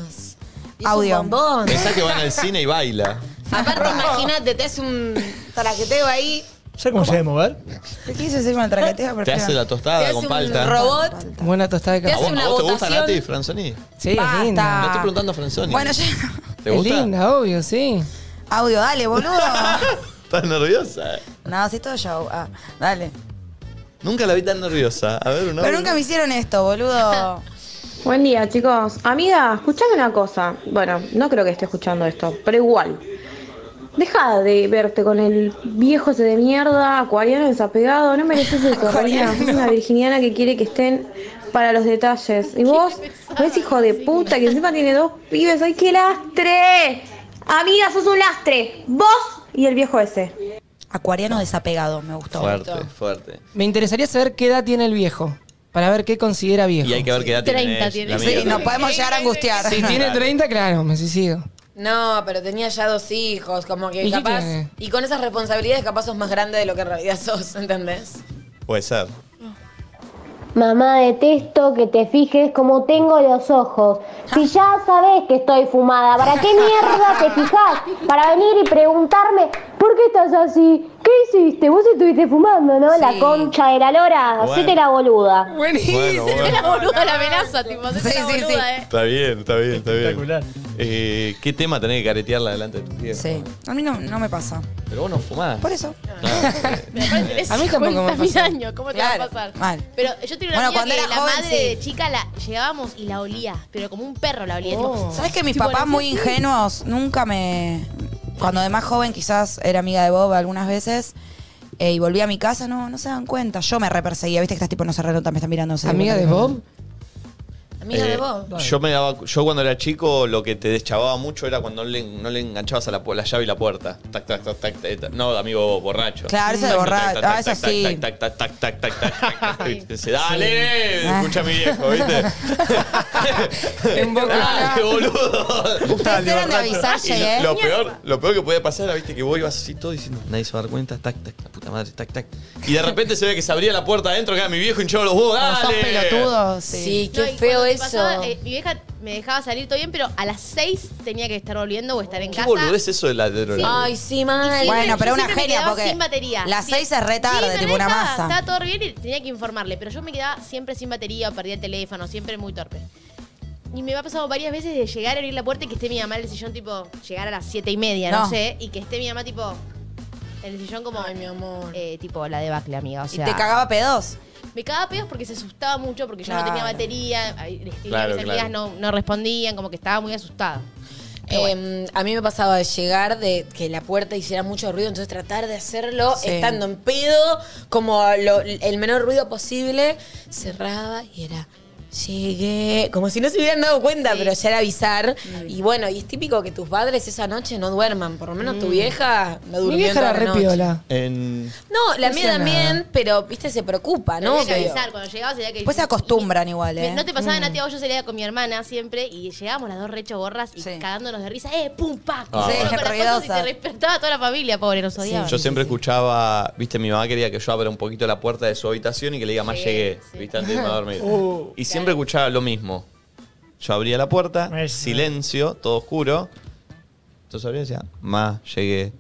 Speaker 2: Es
Speaker 3: Audio.
Speaker 2: un bombón.
Speaker 1: Pensá que van al cine y baila.
Speaker 2: Aparte, imagínate, te hace un traqueteo ahí,
Speaker 7: ¿Sabes cómo se debe mover?
Speaker 3: ¿Qué quiso decir con el traqueteo?
Speaker 1: Te hace la
Speaker 2: te
Speaker 1: tostada
Speaker 2: hace
Speaker 1: Ah, con
Speaker 2: un
Speaker 1: palta.
Speaker 2: robot.
Speaker 4: Buena tostada de
Speaker 2: Te
Speaker 1: ¿A
Speaker 4: café.
Speaker 1: vos,
Speaker 2: hace una
Speaker 1: a vos te gusta
Speaker 2: votación.
Speaker 1: Nati, Franzoni?
Speaker 4: Sí, es
Speaker 3: Basta.
Speaker 1: Te
Speaker 4: linda.
Speaker 1: estoy preguntando a Franzoni.
Speaker 3: Bueno, yo...
Speaker 1: ¿Te
Speaker 4: Ah. Es
Speaker 1: gusta?
Speaker 4: linda, obvio, sí.
Speaker 3: Audio, dale, boludo.
Speaker 1: Estás nerviosa. eh.
Speaker 3: No, si todo show. Ah, dale.
Speaker 1: Nunca la vi tan nerviosa. A ver, una.
Speaker 3: Pero nunca me hicieron esto, boludo.
Speaker 16: Buen día, chicos. Amiga, escuchame una cosa. Bueno, no creo que esté escuchando esto, pero igual. Deja de verte con el viejo ese de mierda, Ah, acuariano desapegado. No mereces eso, reina. Sos una virginiana que quiere que estén para los detalles. Y vos, ves hijo de puta que encima tiene dos pibes. ¡Ay, qué lastre! Amiga, sos un lastre. Vos y el viejo ese.
Speaker 3: Acuariano desapegado, me gustó.
Speaker 1: Fuerte, fuerte.
Speaker 4: Me interesaría saber qué edad tiene el viejo. Para ver qué considera viejo.
Speaker 1: Y hay que ver qué edad
Speaker 5: 30
Speaker 1: tiene.
Speaker 5: tiene.
Speaker 1: la
Speaker 3: Sí,
Speaker 1: amiga.
Speaker 3: nos podemos llegar a angustiar.
Speaker 4: Si tiene 30, claro, me suicido.
Speaker 2: No, pero tenía ya dos hijos, como que
Speaker 4: ¿Y qué
Speaker 2: capaz.
Speaker 4: tiene?
Speaker 2: Y con esas responsabilidades, capaz sos más grande de lo que en realidad sos, ¿entendés?
Speaker 1: Puede ser.
Speaker 17: Mamá, detesto que te fijes cómo tengo los ojos. Si ya sabes que estoy fumada, ¿para qué mierda te fijas? Para venir y preguntarme, ¿por qué estás así? ¿Qué hiciste? Vos estuviste fumando, ¿no? La concha de la lora.
Speaker 1: Bueno.
Speaker 17: Hacete la boluda.
Speaker 1: Buenísimo. Bueno, bueno.
Speaker 5: Era boluda la amenaza, tipo. Sí, sí, sí.
Speaker 2: eh.
Speaker 1: Está bien, está bien, está bien. Espectacular. Eh, ¿Qué tema tenés que caretearla delante de tu tío?
Speaker 3: Sí. A mí no, no me pasa.
Speaker 1: Pero vos no fumás.
Speaker 3: Por eso.
Speaker 5: A mí tampoco me pasa. años, ¿cómo te va
Speaker 3: Claro,
Speaker 5: a pasar?
Speaker 3: mal.
Speaker 5: Pero yo tenía una
Speaker 3: Bueno,
Speaker 5: amiga
Speaker 3: cuando
Speaker 5: que
Speaker 3: era
Speaker 5: la
Speaker 3: joven,
Speaker 5: madre
Speaker 3: sí.
Speaker 5: de chica la llevábamos y la olía, pero como un perro la olía. tipo,
Speaker 3: Oh. ¿Sabes que mis
Speaker 5: tipo,
Speaker 3: papás
Speaker 5: la-
Speaker 3: muy ingenuos nunca me. Cuando de más joven quizás era amiga de Bob algunas veces. eh, y volví a mi casa, no, no se dan cuenta. Yo me reperseguía, viste que estás tipo no se renotan, me están mirando. no se dan
Speaker 4: ¿Amiga
Speaker 3: cuenta".
Speaker 4: de Bob?
Speaker 2: Amiga de
Speaker 1: Eh,
Speaker 2: vos.
Speaker 1: Yo, me daba, yo cuando era chico lo que te deschavaba mucho era cuando no le, no le enganchabas a la, pu- la llave y la puerta. Tac, tac, tac, tac, tac, tac. No, amigo borracho.
Speaker 3: Claro, eso de
Speaker 1: Tac,
Speaker 3: borracho.
Speaker 1: tac,
Speaker 3: Ah,
Speaker 1: tac,
Speaker 3: eso
Speaker 1: tac,
Speaker 3: sí.
Speaker 1: Tac, tac, tac, tac, tac, tac, tac, tac, tac. Y te dice, Dale, escucha a mi viejo, ¿viste?
Speaker 3: Ah. En boca.
Speaker 1: Dale, boludo.
Speaker 3: Ustedes eran de avisar,
Speaker 1: Y lo-
Speaker 3: llegué.
Speaker 1: Lo peor, lo peor que podía pasar era, viste, que vos ibas así todo diciendo, nadie se va a dar cuenta, tac, tac, la puta madre, tac, tac. Y de repente se ve que se abría la puerta adentro, que era mi viejo hinchado los huevos, dale.
Speaker 3: Como sos pelotudo, sí.
Speaker 2: Oh, Sí, qué
Speaker 5: No, y
Speaker 2: feo
Speaker 5: cuando me
Speaker 2: eso.
Speaker 5: pasaba, eh, mi vieja me dejaba salir todo bien, pero a las 6 tenía que estar volviendo o estar en
Speaker 1: ¿Qué
Speaker 5: casa.
Speaker 1: boludez eso de la de
Speaker 5: Sí.
Speaker 2: Ay, sí,
Speaker 5: Y
Speaker 2: mal.
Speaker 5: siempre-
Speaker 3: Bueno, pero
Speaker 5: yo
Speaker 3: una
Speaker 5: siempre me
Speaker 3: genia,
Speaker 5: quedaba
Speaker 3: porque
Speaker 5: sin batería.
Speaker 3: las
Speaker 5: Sí.
Speaker 3: seis es re tarde,
Speaker 5: me
Speaker 3: tipo una
Speaker 5: dejaba,
Speaker 3: masa.
Speaker 5: Estaba todo re bien y tenía que informarle, pero yo me quedaba siempre sin batería o perdía el teléfono, siempre muy torpe. Y me ha pasado varias veces de llegar a abrir la puerta y que esté mi mamá en el sillón, tipo, llegar a las siete y media, no,
Speaker 3: No.
Speaker 5: sé, y que esté mi mamá, tipo, en el sillón como. Ay, mi amor. tipo, la debacle, amiga, o
Speaker 3: Y
Speaker 5: sea.
Speaker 3: te cagaba pedos.
Speaker 5: Me cagaba pedos porque se asustaba mucho, porque yo no tenía
Speaker 3: Claro.
Speaker 5: batería, ay, les- mis
Speaker 2: Claro,
Speaker 5: amigas
Speaker 2: claro.
Speaker 5: no, no respondían, como que estaba muy asustada.
Speaker 2: Eh, A mí me pasaba de llegar, de que la puerta hiciera mucho ruido, entonces tratar de hacerlo
Speaker 3: Sí.
Speaker 2: estando en pedo, como lo- el menor ruido posible, cerraba y era... Llegué, como si no se hubieran dado cuenta, pero ya era avisar. Y bueno, y es típico que tus padres esa noche no duerman, por lo menos tu
Speaker 4: Mm.
Speaker 2: vieja no durmió
Speaker 4: Mi vieja
Speaker 2: toda
Speaker 4: era
Speaker 2: la
Speaker 4: re
Speaker 2: noche.
Speaker 4: piola.
Speaker 1: En...
Speaker 2: No, la
Speaker 4: No
Speaker 2: mía
Speaker 4: hacía
Speaker 2: también,
Speaker 4: nada.
Speaker 2: pero viste, se preocupa,
Speaker 5: Tenía
Speaker 2: ¿no?
Speaker 5: que
Speaker 2: Pero-
Speaker 5: avisar, cuando llegabas tenía que
Speaker 3: Después se acostumbran igual,
Speaker 5: Me-
Speaker 3: ¿eh?
Speaker 5: No te pasaba,
Speaker 3: Mm.
Speaker 5: Nati, a vos yo salía con mi hermana siempre y llegábamos las dos recho gorras y cagándonos de risa, ¡eh, pum, pa!
Speaker 1: Ah,
Speaker 5: Y
Speaker 1: bueno.
Speaker 5: con las
Speaker 3: ruidosa.
Speaker 5: cosas y te despertaba toda la familia, pobre, nos odiaban.
Speaker 1: Yo siempre escuchaba, viste, mi mamá quería que yo abra un poquito la puerta de su habitación y que le diga más
Speaker 5: Sí,
Speaker 1: llegué, viste, antes de irme a dormir.
Speaker 5: Uh.
Speaker 1: y siempre escuchaba lo mismo. Yo abría la puerta, silencio, todo oscuro. Entonces abría y decía, más llegué.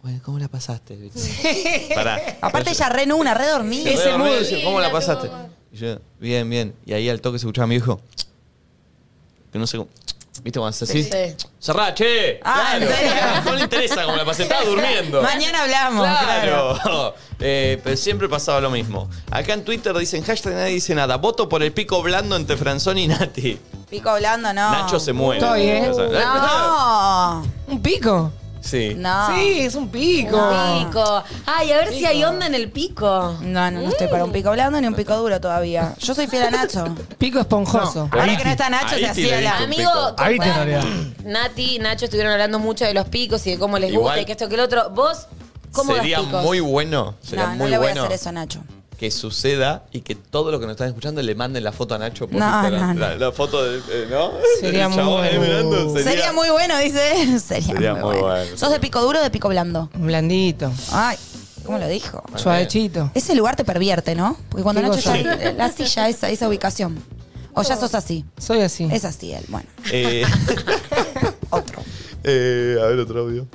Speaker 1: Bueno, ¿cómo la pasaste? viste? Pará.
Speaker 3: Aparte ella re en una, re dormida.
Speaker 1: Se re dormía y decía, ¿Cómo la pasaste? Y yo, bien, bien. Y ahí al toque se escuchaba a mi hijo. Que no sé cómo. ¿Viste cuando hace así? Cerrá, che.
Speaker 3: Ah,
Speaker 1: Claro. No le interesa cómo la pasé, estaba durmiendo.
Speaker 3: Mañana hablamos.
Speaker 1: Claro. Eh, pero siempre pasaba lo mismo. Acá en Twitter dicen hashtag nadie dice nada. Voto por el pico blando entre Franzón y Nati.
Speaker 3: Pico hablando, no.
Speaker 1: Nacho se muere.
Speaker 4: Estoy, ¿eh?
Speaker 3: No.
Speaker 4: ¿Un pico?
Speaker 1: Sí.
Speaker 3: No.
Speaker 4: Sí, es un pico.
Speaker 2: Un pico. Ay, a ver si hay onda en el pico.
Speaker 3: No, no, no estoy para un pico blando ni un pico duro todavía. Yo soy fiel a Nacho.
Speaker 4: Pico esponjoso.
Speaker 3: Ahora que no está Nacho, se
Speaker 1: Ahí sí le
Speaker 3: hacía la.
Speaker 1: diste un
Speaker 2: Amigo,
Speaker 1: pico.
Speaker 2: Ahí te Nati y Nacho estuvieron hablando mucho de los picos y de cómo les
Speaker 1: Igual.
Speaker 2: gusta y que esto que el otro. Vos, ¿cómo
Speaker 1: Sería
Speaker 2: das picos?
Speaker 1: muy bueno, sería
Speaker 3: No, no
Speaker 1: muy
Speaker 3: le voy
Speaker 1: bueno
Speaker 3: a hacer eso a Nacho.
Speaker 1: que suceda y que todo lo que nos están escuchando le manden la foto a Nacho por
Speaker 3: No,
Speaker 1: Instagram.
Speaker 3: no, no.
Speaker 1: La, la foto del, eh, ¿no?
Speaker 4: Sería
Speaker 1: El chabón ahí
Speaker 4: muy-
Speaker 1: mirando,
Speaker 3: Sería, muy bueno, dice. él. Sería,
Speaker 1: sería
Speaker 3: muy,
Speaker 1: muy
Speaker 3: bueno.
Speaker 1: bueno.
Speaker 3: ¿Sos de pico duro o de pico blando?
Speaker 4: Blandito.
Speaker 3: Ay, ¿cómo lo dijo?
Speaker 4: Suavechito.
Speaker 3: Ese lugar te pervierte, ¿no? Porque cuando
Speaker 4: ¿Qué
Speaker 3: Nacho
Speaker 4: cosa?
Speaker 3: está en la silla, esa, esa ubicación. O ya sos así.
Speaker 4: Soy así.
Speaker 3: Es así él, bueno.
Speaker 1: otro. eh, a ver, otro audio.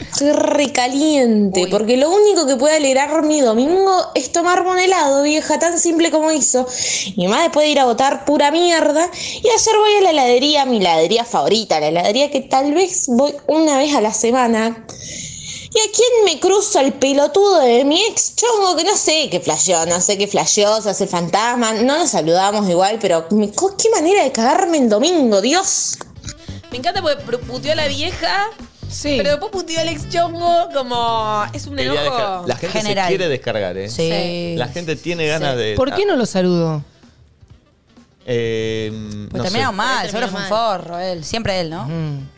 Speaker 18: Estoy recaliente, porque lo único que puede alegrar mi domingo es tomarme un helado, vieja, tan simple como hizo. Y más después de ir a votar pura mierda. Y ayer voy a la heladería, mi heladería favorita, la heladería que tal vez voy una vez a la semana. ¿Y a quién me cruzo el pelotudo de mi ex chongo? Que no sé qué flasheó, no sé qué flasheó, se hace el fantasma. No nos saludamos igual, pero me- co- qué manera de cagarme el domingo, Dios.
Speaker 2: Me encanta porque pr- puteó a la vieja.
Speaker 4: Sí.
Speaker 2: Pero después puteó al ex chongo como. Es un
Speaker 1: Quería
Speaker 2: enojo.
Speaker 1: descargar. La gente se quiere descargar, ¿eh?
Speaker 2: Sí. Sí.
Speaker 1: La gente tiene ganas de.
Speaker 4: ¿Por qué no lo saludo?
Speaker 1: Eh,
Speaker 3: Pues
Speaker 1: no sé.
Speaker 3: terminaron mal, seguro fue un forro él. Siempre él, ¿no?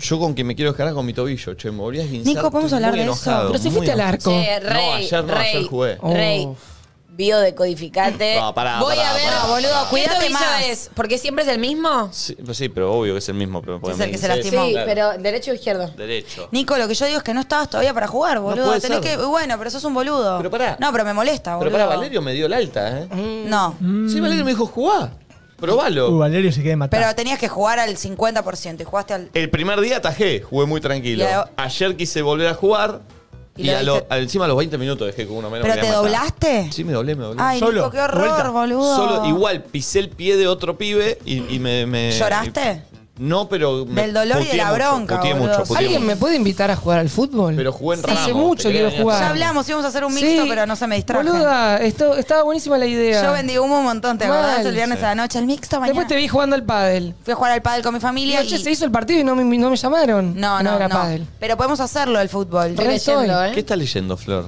Speaker 1: Yo con quien me quiero descargar con mi tobillo, che, me volví a esguinzar,
Speaker 3: Nico, ¿podemos
Speaker 1: estoy
Speaker 3: hablar
Speaker 1: muy
Speaker 3: de
Speaker 1: enojado,
Speaker 3: eso?
Speaker 1: muy enojado.
Speaker 2: Che, rey,
Speaker 1: no, ayer no,
Speaker 2: rey,
Speaker 1: ayer jugué.
Speaker 2: Rey,
Speaker 3: Eh,
Speaker 2: biodecodificate.
Speaker 1: No, pará,
Speaker 2: Voy
Speaker 1: Ah, pará,
Speaker 2: a ver.
Speaker 1: pará. No,
Speaker 3: boludo,
Speaker 2: ¿Qué
Speaker 3: cuídate
Speaker 2: tobillo
Speaker 3: más.
Speaker 2: es? ¿Porque siempre es el mismo?
Speaker 1: Sí, pero sí, pero obvio que es el mismo. Pero porque
Speaker 3: Es el
Speaker 1: me
Speaker 3: que se
Speaker 1: guincé,
Speaker 3: lastimó.
Speaker 2: Sí,
Speaker 1: claro.
Speaker 2: pero derecho o izquierdo.
Speaker 1: Derecho.
Speaker 3: Nico, lo que yo digo es que no estabas todavía para jugar, boludo.
Speaker 1: puede
Speaker 3: Tenés
Speaker 1: ser.
Speaker 3: que. Bueno, pero sos un boludo.
Speaker 1: Pero pará.
Speaker 3: No, pero me molesta, boludo.
Speaker 1: Pero para Valerio me dio el alta, ¿eh?
Speaker 3: No.
Speaker 4: Mm.
Speaker 1: Sí, Valerio me dijo jugar. Probalo.
Speaker 7: Uh, Valerio se quiere matar.
Speaker 3: Pero tenías que jugar al 50% y jugaste al.
Speaker 1: El primer día atajé, jugué muy tranquilo.
Speaker 3: Y a-
Speaker 1: Ayer quise volver a jugar, Y,
Speaker 3: lo
Speaker 1: a lo- a- encima a los 20 minutos dejé con uno menos.
Speaker 3: ¿Pero
Speaker 1: me
Speaker 3: te
Speaker 1: quería matar.
Speaker 3: doblaste?
Speaker 1: Sí, me doblé, me doblé.
Speaker 3: Ay, Nico, qué horror,
Speaker 1: vuelta.
Speaker 3: boludo.
Speaker 1: Solo, igual, pisé el pie de otro pibe y, y me, me-
Speaker 3: ¿Lloraste?
Speaker 1: No, pero. me
Speaker 3: Del dolor y de
Speaker 1: puteé
Speaker 3: la
Speaker 1: mucho,
Speaker 3: bronca,
Speaker 1: puteé
Speaker 3: boludo.
Speaker 1: mucho, puteé
Speaker 3: Alguien
Speaker 1: mucho.
Speaker 4: ¿Me puede invitar a jugar al fútbol?
Speaker 1: Pero jugué en Ramos.
Speaker 4: Hace mucho
Speaker 1: te
Speaker 4: quiero
Speaker 1: quería
Speaker 4: jugar.
Speaker 3: Ya hablamos, íbamos a hacer un mixto,
Speaker 4: Sí.
Speaker 3: pero no se me distrajo.
Speaker 4: Boluda, esto, estaba buenísima la idea.
Speaker 3: Yo vendí humo un montón, ¿te
Speaker 4: Mal.
Speaker 3: acordás? El viernes
Speaker 4: Sí.
Speaker 3: a la noche, el mixto mañana.
Speaker 4: Después te vi jugando al pádel.
Speaker 3: Fui a jugar al pádel con mi familia
Speaker 4: Digo, che,
Speaker 3: y-
Speaker 4: se hizo el partido y no me, no me llamaron.
Speaker 3: No, no,
Speaker 4: era
Speaker 3: no.
Speaker 4: pádel.
Speaker 3: Pero podemos hacerlo el fútbol.
Speaker 4: Re estoy.
Speaker 2: ¿eh?
Speaker 1: ¿Qué estás leyendo, Flor?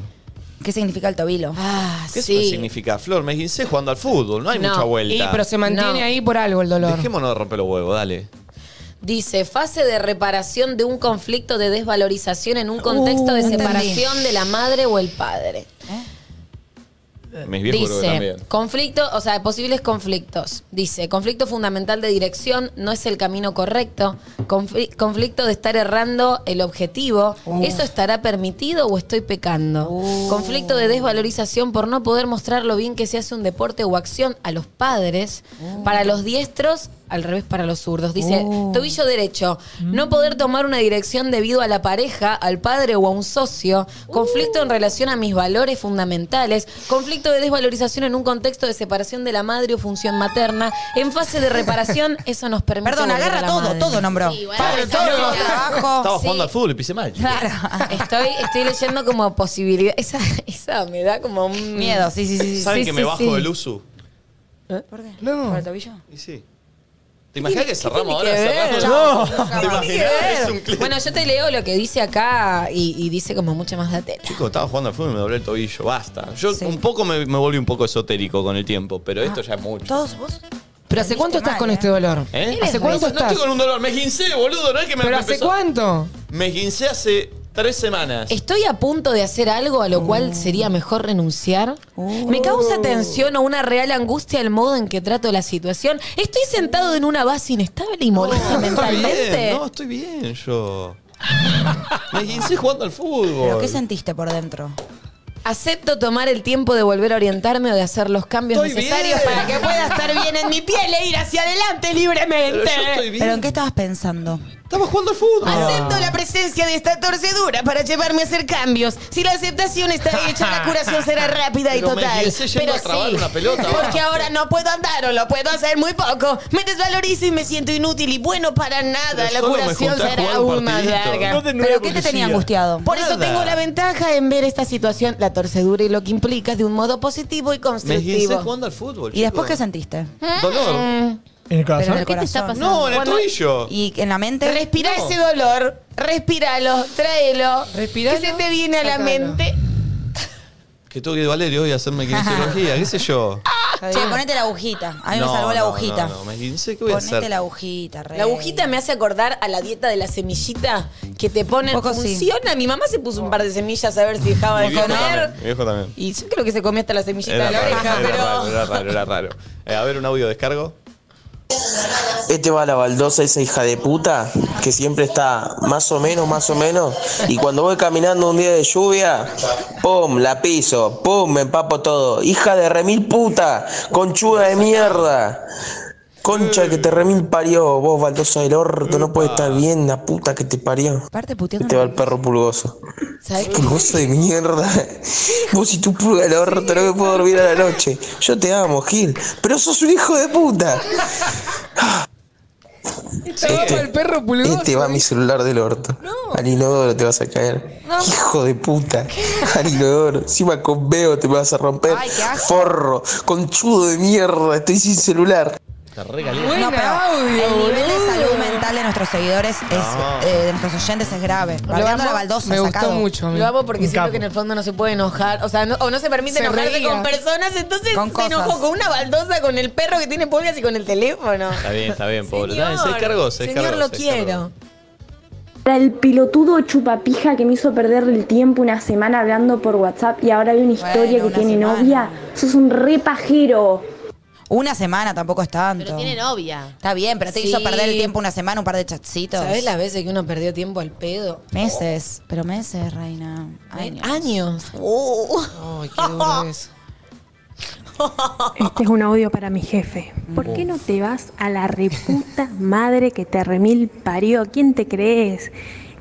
Speaker 3: ¿Qué significa el tobilo?
Speaker 2: Ah,
Speaker 1: ¿Qué eso significa? Flor, me guincé jugando al fútbol, no hay mucha vuelta.
Speaker 4: Y, pero se mantiene ahí por algo el dolor.
Speaker 1: Dejémonos de romper los huevos, dale.
Speaker 2: Dice, fase de reparación de un conflicto de desvalorización en un contexto de
Speaker 3: Uh, no entendí.
Speaker 2: separación de la madre o el padre.
Speaker 1: Mis viejos creo que
Speaker 2: Dice,
Speaker 1: también.
Speaker 2: conflicto, o sea, posibles conflictos. Dice, conflicto fundamental de dirección, no es el camino correcto. Confli- conflicto de estar errando el objetivo.
Speaker 3: Uh.
Speaker 2: ¿Eso estará permitido o estoy pecando? Conflicto de desvalorización por no poder mostrar lo bien que se hace un deporte o acción a los padres.
Speaker 3: Uh.
Speaker 2: Para los diestros, al revés para los zurdos. Dice,
Speaker 19: Oh.
Speaker 2: tobillo derecho, no poder tomar una dirección debido a la pareja, al padre o a un socio. Conflicto
Speaker 3: Uh.
Speaker 2: en relación a mis valores fundamentales. Conflicto de desvalorización en un contexto de separación de la madre o función materna. En fase de reparación, eso nos permite...
Speaker 3: Perdón,
Speaker 2: volver
Speaker 3: agarra
Speaker 2: a la
Speaker 3: todo,
Speaker 2: madre.
Speaker 3: todo nombró. Padre, todo, trabajo. Ah,
Speaker 1: Estaba
Speaker 2: Sí.
Speaker 1: jugando al fútbol y pisé mal.
Speaker 2: Claro, Ah, estoy, estoy leyendo como posibilidad. Esa, esa me da como un
Speaker 3: Miedo, sí, sí, sí.
Speaker 1: ¿Saben que me bajo
Speaker 2: de
Speaker 1: del
Speaker 2: luz.
Speaker 1: uso?
Speaker 3: ¿Por qué?
Speaker 4: No.
Speaker 3: ¿Por el tobillo?
Speaker 1: Y sí. ¿Te imaginas que cerramos ahora?
Speaker 2: tiene que ver?
Speaker 1: cerramos
Speaker 2: No.
Speaker 1: ¿Te imaginas? Es un clip.
Speaker 2: Bueno, yo te leo lo que dice acá y, y dice como mucha más datela.
Speaker 1: Chico, estaba jugando al fútbol y me doblé el tobillo. Basta. Yo un poco me, me volví un poco esotérico con el tiempo, pero esto ya es mucho.
Speaker 3: Todos vos.
Speaker 4: Pero ¿hace cuánto estás con este dolor?
Speaker 1: ¿Eh?
Speaker 4: ¿Hace cuánto
Speaker 1: no, No
Speaker 4: estás?
Speaker 1: estoy con un dolor. Me gincé, boludo. No es que me
Speaker 4: ¿Pero
Speaker 1: me
Speaker 4: hace
Speaker 1: empezó-
Speaker 4: cuánto?
Speaker 1: Me gincé hace tres semanas.
Speaker 2: Estoy a punto de hacer algo a lo cual sería mejor renunciar. Me causa tensión o una real angustia el modo en que trato la situación. Estoy sentado en una base inestable y molesta
Speaker 1: No, estoy
Speaker 2: mentalmente.
Speaker 1: bien. No, estoy bien yo. Me gincé jugando al fútbol.
Speaker 3: ¿Pero qué sentiste por dentro?
Speaker 2: Acepto tomar el tiempo de volver a orientarme o de hacer los cambios
Speaker 3: Estoy
Speaker 2: necesarios
Speaker 3: bien.
Speaker 2: para que pueda estar bien en mi piel e ir hacia adelante libremente.
Speaker 3: ¿Pero en qué estabas pensando?
Speaker 1: Estaba jugando al fútbol.
Speaker 3: Ah.
Speaker 2: Acepto la presencia de esta torcedura para llevarme a hacer cambios. Si la aceptación está hecha, la curación será rápida y
Speaker 1: Pero me
Speaker 2: total.
Speaker 1: empecé yendo a trabar una pelota,
Speaker 2: porque
Speaker 1: basta.
Speaker 2: ahora no puedo andar o lo puedo hacer muy poco. Me desvalorizo y me siento inútil y bueno para nada.
Speaker 1: Pero
Speaker 2: la
Speaker 1: solo me
Speaker 2: curación
Speaker 1: junté a jugar
Speaker 2: será
Speaker 1: un
Speaker 2: aún más
Speaker 1: partidito.
Speaker 2: larga.
Speaker 1: No de nuevo,
Speaker 2: ¿Pero qué te tenía
Speaker 1: Lucía.
Speaker 2: angustiado? Por eso
Speaker 1: Nada.
Speaker 2: tengo la ventaja en ver esta situación, la torcedura y lo que implica de un modo positivo y
Speaker 1: Me gincé
Speaker 2: constructivo.
Speaker 1: jugando al fútbol.
Speaker 3: ¿Y después qué
Speaker 1: chicos.
Speaker 3: sentiste?
Speaker 1: Dolor.
Speaker 7: ¿En el
Speaker 3: Pero en el
Speaker 7: corazón?
Speaker 3: corazón.
Speaker 1: No, en el tobillo.
Speaker 3: ¿Y en la mente?
Speaker 2: Respira
Speaker 3: No.
Speaker 2: ese dolor, respíralo, tráelo.
Speaker 4: Respiralo,
Speaker 2: ¿Qué se te viene a la
Speaker 4: sacalo.
Speaker 2: mente?
Speaker 1: Que tengo que ir a Valerio hoy a hacerme kinesiología, qué sé yo.
Speaker 3: Che, ponete la agujita. A mí
Speaker 1: No,
Speaker 3: me salvó la
Speaker 1: no,
Speaker 3: agujita.
Speaker 1: No, no, me gincé, ¿qué voy a hacer?
Speaker 3: Ponete la agujita, re.
Speaker 2: La agujita me hace acordar a la dieta de la semillita que te ponen.
Speaker 3: Un poco sí.
Speaker 2: Funciona. Mi mamá se puso un par de semillas a ver si dejaba
Speaker 1: Mi
Speaker 2: de
Speaker 1: viejo
Speaker 2: comer.
Speaker 1: también, mi viejo también.
Speaker 2: Y yo creo que se comió hasta la semillita
Speaker 1: Era
Speaker 2: de la
Speaker 1: raro, era
Speaker 2: oreja, pero.
Speaker 1: raro, era raro, era raro. Eh, a ver, un audio descargo.
Speaker 11: Este va a la baldosa, esa hija de puta, que siempre está más o menos, más o menos. Y cuando voy caminando un día de lluvia, ¡pum! La piso, ¡pum! Me empapo todo. Hija de remil puta, conchuda de mierda. Concha que te remil parió, vos baldosa del orto, no puede estar bien, la puta que te parió.
Speaker 3: Aparte
Speaker 11: Que
Speaker 3: puteando.
Speaker 11: te Este va el perro pulgoso.
Speaker 2: ¿Sabes qué?
Speaker 11: Pulgoso de mierda. Vos y tu pulga del orto, no me puedo dormir a la noche. Yo te amo, Gil, pero sos un hijo de puta.
Speaker 4: Estaba para el perro pulgoso.
Speaker 11: Este va mi celular del orto. Al inodoro te vas a caer. Hijo de puta. Al inodoro. Encima con veo te vas a romper.
Speaker 3: Ay, qué asco.
Speaker 11: Forro. Conchudo de mierda. Estoy sin celular.
Speaker 1: Te regalié.
Speaker 3: No, pero el nivel de salud mental de nuestros seguidores es,
Speaker 1: No.
Speaker 3: eh, de nuestros oyentes es grave. Bardeando la baldosa, sacado.
Speaker 2: Lo amo porque siento que en el fondo no se puede enojar. O sea, no, o no se permite
Speaker 3: Se
Speaker 2: enojarse
Speaker 3: reía.
Speaker 2: con personas. Entonces
Speaker 3: Con
Speaker 2: se
Speaker 3: cosas.
Speaker 2: enojó con una baldosa, con el perro que tiene pulgas y con el teléfono.
Speaker 1: Está bien, está bien, pobre.
Speaker 2: Señor,
Speaker 1: Dale, se descargó, se
Speaker 2: señor,
Speaker 1: descargó,
Speaker 2: lo
Speaker 1: se descargó.
Speaker 2: quiero.
Speaker 13: Para el pilotudo chupapija que me hizo perder el tiempo una semana hablando por WhatsApp y ahora hay una historia que tiene novia, sos un repajero.
Speaker 3: Una semana tampoco es tanto.
Speaker 5: Pero tiene novia.
Speaker 3: Está bien, pero te
Speaker 2: Sí.
Speaker 3: hizo perder el tiempo una semana, un par de chatcitos.
Speaker 2: ¿Sabes las veces que uno perdió tiempo al pedo?
Speaker 3: Meses, pero meses, reina. Años.
Speaker 2: Años.
Speaker 4: Ay, qué duro es.
Speaker 19: Este es un audio para mi jefe. ¿Por qué no te vas a la reputa madre que te remil parió? ¿Quién te crees?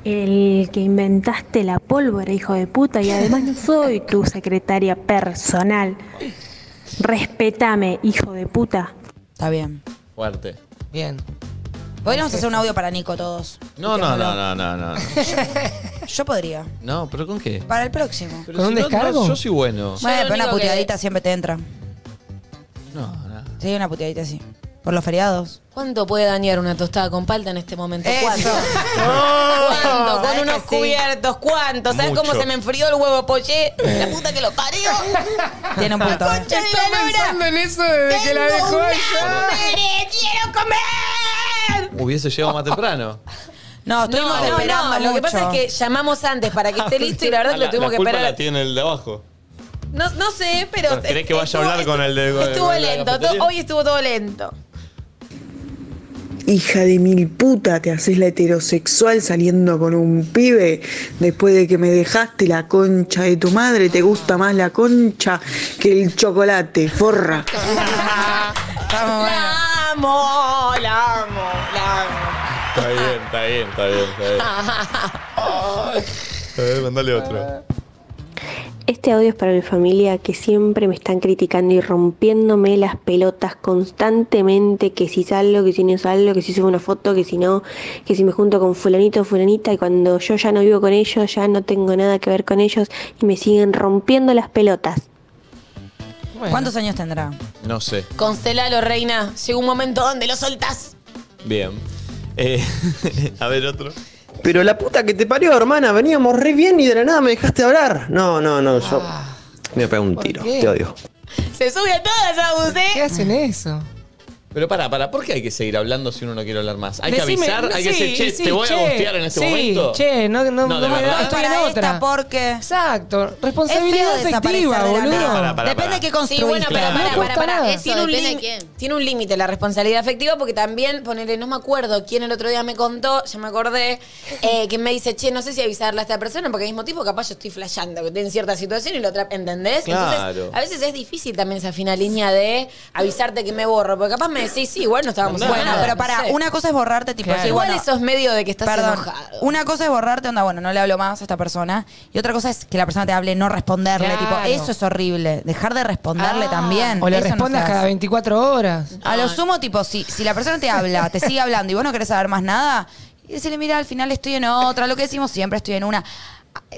Speaker 19: el que inventaste la pólvora, hijo de puta, y además no soy tu secretaria personal. Respetame, hijo de puta.
Speaker 3: Está bien.
Speaker 1: Fuerte.
Speaker 4: Bien.
Speaker 3: Podríamos hacer un audio para Nico todos.
Speaker 1: No, no, no, no, no, no.
Speaker 3: Yo podría.
Speaker 1: No, pero ¿con qué?
Speaker 3: Para el próximo.
Speaker 1: Pero si no, no, yo soy bueno.
Speaker 3: Bueno, pero una
Speaker 1: único que-
Speaker 3: puteadita siempre te entra.
Speaker 1: No, no.
Speaker 3: Sí, una puteadita sí. Por los feriados.
Speaker 2: ¿Cuánto puede dañar una tostada con palta en este momento? ¿Cuánto? ¿Cuánto? Con
Speaker 3: ¿Sabés
Speaker 2: unos
Speaker 3: que sí?
Speaker 2: cubiertos, ¿cuánto? ¿Sabes cómo
Speaker 3: Mucho.
Speaker 2: se me enfrió el huevo poché? La puta que lo parió.
Speaker 3: Tiene un punto. ¿eh?
Speaker 2: Concha de la lora.
Speaker 4: en eso desde que la dejó allá.
Speaker 2: ¡Quiero comer!
Speaker 1: Hubiese llegado más temprano.
Speaker 3: No,
Speaker 2: estuvimos
Speaker 3: esperando
Speaker 2: Lo que
Speaker 3: mucho.
Speaker 2: pasa es que llamamos antes para que esté listo y la verdad que
Speaker 1: Ah, la,
Speaker 2: lo tuvimos
Speaker 1: la
Speaker 2: que
Speaker 1: culpa
Speaker 2: esperar.
Speaker 1: la tiene el de abajo.
Speaker 2: No, no sé, pero.
Speaker 1: ¿Crees que vaya a hablar con el de
Speaker 2: Estuvo
Speaker 1: con el de la
Speaker 2: lento.
Speaker 1: cafetería?
Speaker 2: to- Hoy estuvo todo lento.
Speaker 20: Hija de mil puta, te haces la heterosexual saliendo con un pibe después de que me dejaste la concha de tu madre. Te gusta más la concha que el chocolate, forra.
Speaker 2: La amo, la amo, la amo.
Speaker 1: Está bien, está bien, está bien, está bien. A ver, mandale otro.
Speaker 19: Este audio es para mi familia que siempre me están criticando y rompiéndome las pelotas constantemente, que si salgo, que si no salgo, que si subo una foto, que si no, que si me junto con fulanito o fulanita y cuando yo ya no vivo con ellos, ya no tengo nada que ver con ellos y me siguen rompiendo las pelotas.
Speaker 3: ¿Cuántos años tendrá?
Speaker 1: No sé.
Speaker 2: Constelalo, reina. Llegó un momento donde lo soltás.
Speaker 1: Bien. Eh, a ver otro.
Speaker 21: Pero la puta que te parió, hermana, veníamos re bien y de la nada me dejaste hablar. No, no, no, yo me pego un tiro,
Speaker 2: qué?
Speaker 21: te odio.
Speaker 2: Se sube a todas, Agus, ¿eh?
Speaker 4: ¿Qué hacen eso?
Speaker 1: Pero para, para, ¿por qué hay que seguir hablando si uno no quiere hablar más? ¿Hay
Speaker 4: Decime,
Speaker 1: que avisar? ¿Hay que
Speaker 4: sí,
Speaker 1: decir, che,
Speaker 4: sí,
Speaker 1: te voy
Speaker 4: che,
Speaker 1: a bostear en este
Speaker 4: sí,
Speaker 1: momento?
Speaker 4: che, no- no-
Speaker 1: no, de
Speaker 4: no me
Speaker 1: verdad.
Speaker 4: da- Estoy en otra.
Speaker 3: porque.
Speaker 4: Exacto. Responsabilidad
Speaker 3: Es feo
Speaker 4: afectiva,
Speaker 3: desaparecer de la
Speaker 4: boludo.
Speaker 3: nada.
Speaker 1: Pará, pará, pará.
Speaker 2: Sí, bueno, pero
Speaker 4: No
Speaker 2: para, para,
Speaker 4: cuesta
Speaker 2: para.
Speaker 4: nada.
Speaker 2: Tiene un lim- Tiene un límite la responsabilidad afectiva porque también, ponele, no me acuerdo quién el otro día me contó, ya me acordé, eh, que me dice, che, no sé si avisarle a esta persona porque al mismo tipo capaz yo estoy flasheando que en cierta situación y lo otra, ¿entendés?
Speaker 1: Claro.
Speaker 2: Entonces, a veces es difícil también esa fina línea de avisarte que me borro, porque capaz me decís, sí, igual no estábamos
Speaker 3: Bueno,
Speaker 2: hablando",
Speaker 3: pero
Speaker 2: no
Speaker 3: para,
Speaker 2: sé.
Speaker 3: una cosa es borrarte, tipo,
Speaker 2: Claro.
Speaker 3: sí,
Speaker 2: Igual
Speaker 3: bueno,
Speaker 2: esos medios de que estás
Speaker 3: Perdón.
Speaker 2: enojado.
Speaker 3: Una cosa es borrarte, onda, bueno, no le hablo más a esta persona. Y otra cosa es que la persona te hable, no responderle.
Speaker 4: Claro.
Speaker 3: Tipo, eso es horrible. Dejar de responderle
Speaker 2: Ah.
Speaker 3: también.
Speaker 4: O le
Speaker 3: Eso no
Speaker 4: respondas
Speaker 3: se hace.
Speaker 4: cada 24 horas.
Speaker 3: A lo sumo, tipo, si, si la persona te habla, te sigue hablando y vos no querés saber más nada, y decirle, mira, al final estoy en otra, lo que decimos siempre, estoy en una.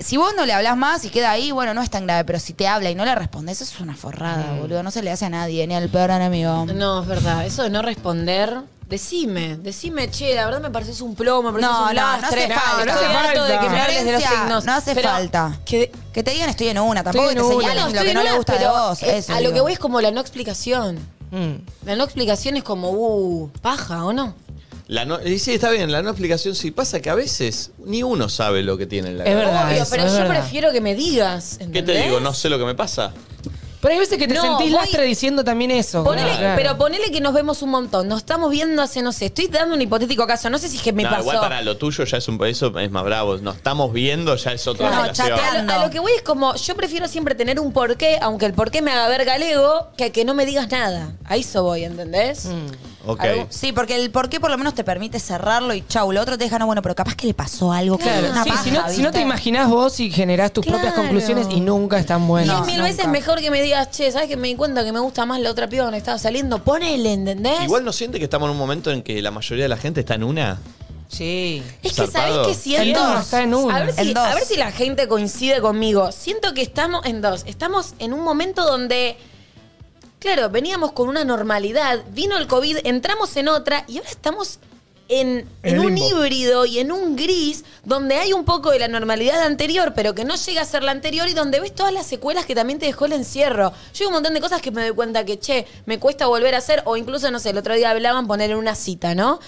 Speaker 3: Si vos no le hablas más y queda ahí, bueno, no es tan grave, pero si te habla y no le respondes, eso es una forrada, boludo. No se le hace a nadie, ni al peor enemigo.
Speaker 2: No, es verdad. Eso de no responder. Decime, decime, che, la verdad me pareces un plomo, me pareces
Speaker 3: No,
Speaker 2: un
Speaker 3: no, no
Speaker 2: lastre.
Speaker 3: hace falta.
Speaker 2: Estoy harto de que me hables de los
Speaker 3: Florencia,
Speaker 2: signos.
Speaker 3: No hace
Speaker 2: Pero-
Speaker 3: falta. Que, te digan estoy en una, tampoco
Speaker 2: Estoy
Speaker 3: que te
Speaker 2: en
Speaker 3: señalen
Speaker 2: una.
Speaker 3: lo
Speaker 2: Estoy
Speaker 3: que
Speaker 2: en
Speaker 3: no le
Speaker 2: una,
Speaker 3: gusta de
Speaker 2: pero,
Speaker 3: vos.
Speaker 2: eh,
Speaker 3: eso
Speaker 2: a lo
Speaker 3: digo.
Speaker 2: que voy es como la no explicación.
Speaker 1: Mm.
Speaker 2: La no explicación es como, uh, paja, ¿o no?
Speaker 1: La no- y sí, está bien, la no explicación sí. Pasa que a veces ni uno sabe lo que tiene en la
Speaker 4: Es
Speaker 1: cabeza.
Speaker 4: verdad.
Speaker 2: Obvio,
Speaker 4: eso,
Speaker 2: pero
Speaker 4: es
Speaker 2: yo
Speaker 4: verdad.
Speaker 2: prefiero que me digas.
Speaker 1: ¿Qué te
Speaker 2: ¿entendés?
Speaker 1: digo? No sé lo que me pasa.
Speaker 4: Pero hay veces que te
Speaker 2: No,
Speaker 4: sentís
Speaker 2: voy-
Speaker 4: lastre diciendo también eso.
Speaker 2: Ponele-
Speaker 4: Claro.
Speaker 2: Pero ponele que nos vemos un montón. Nos estamos viendo hace, no sé, estoy dando un hipotético caso. No sé si es que me
Speaker 1: No,
Speaker 2: pasó.
Speaker 1: igual para lo tuyo ya es un eso es más bravo. Nos estamos viendo, ya es otra
Speaker 2: Claro,
Speaker 1: relación.
Speaker 2: a lo- A lo que voy es como, yo prefiero siempre tener un porqué, aunque el porqué me haga ver galego, que que no me digas nada. A eso voy, ¿entendés?
Speaker 1: Ok.
Speaker 3: Algo- Sí, porque el por qué por lo menos te permite cerrarlo y chau. Lo otro te deja, no, bueno, pero capaz que le pasó algo. que
Speaker 4: Claro,
Speaker 3: es una
Speaker 4: sí, si,
Speaker 3: paja,
Speaker 4: no, si no
Speaker 3: ¿viste?
Speaker 4: te imaginás vos y generás tus propias
Speaker 3: Claro.
Speaker 4: conclusiones y nunca están
Speaker 2: Diez
Speaker 4: buenas.
Speaker 2: mil veces mejor que me digas, che, ¿sabes que me di cuenta que me gusta más la otra piba con la que estaba saliendo? Ponele, ¿entendés?
Speaker 1: Igual no siente que estamos en un momento en que la mayoría de la gente está en una.
Speaker 4: Sí.
Speaker 2: Es que, ¿sabés
Speaker 1: Zarpado.
Speaker 2: qué siento?
Speaker 1: En dos, está en uno.
Speaker 2: A ver, si,
Speaker 1: En dos.
Speaker 2: a ver si la gente coincide conmigo. Siento que estamos en dos. Estamos en un momento donde, claro, veníamos con una normalidad, vino el COVID, entramos en otra y ahora estamos en,
Speaker 22: En
Speaker 2: en un
Speaker 22: limbo.
Speaker 2: híbrido y en un gris donde hay un poco de la normalidad anterior, pero que no llega a ser la anterior y donde ves todas las secuelas que también te dejó el encierro. Yo hay un montón de cosas que me doy cuenta que, che, me cuesta volver a hacer o incluso, no sé, el otro día hablaban poner en una cita, ¿no?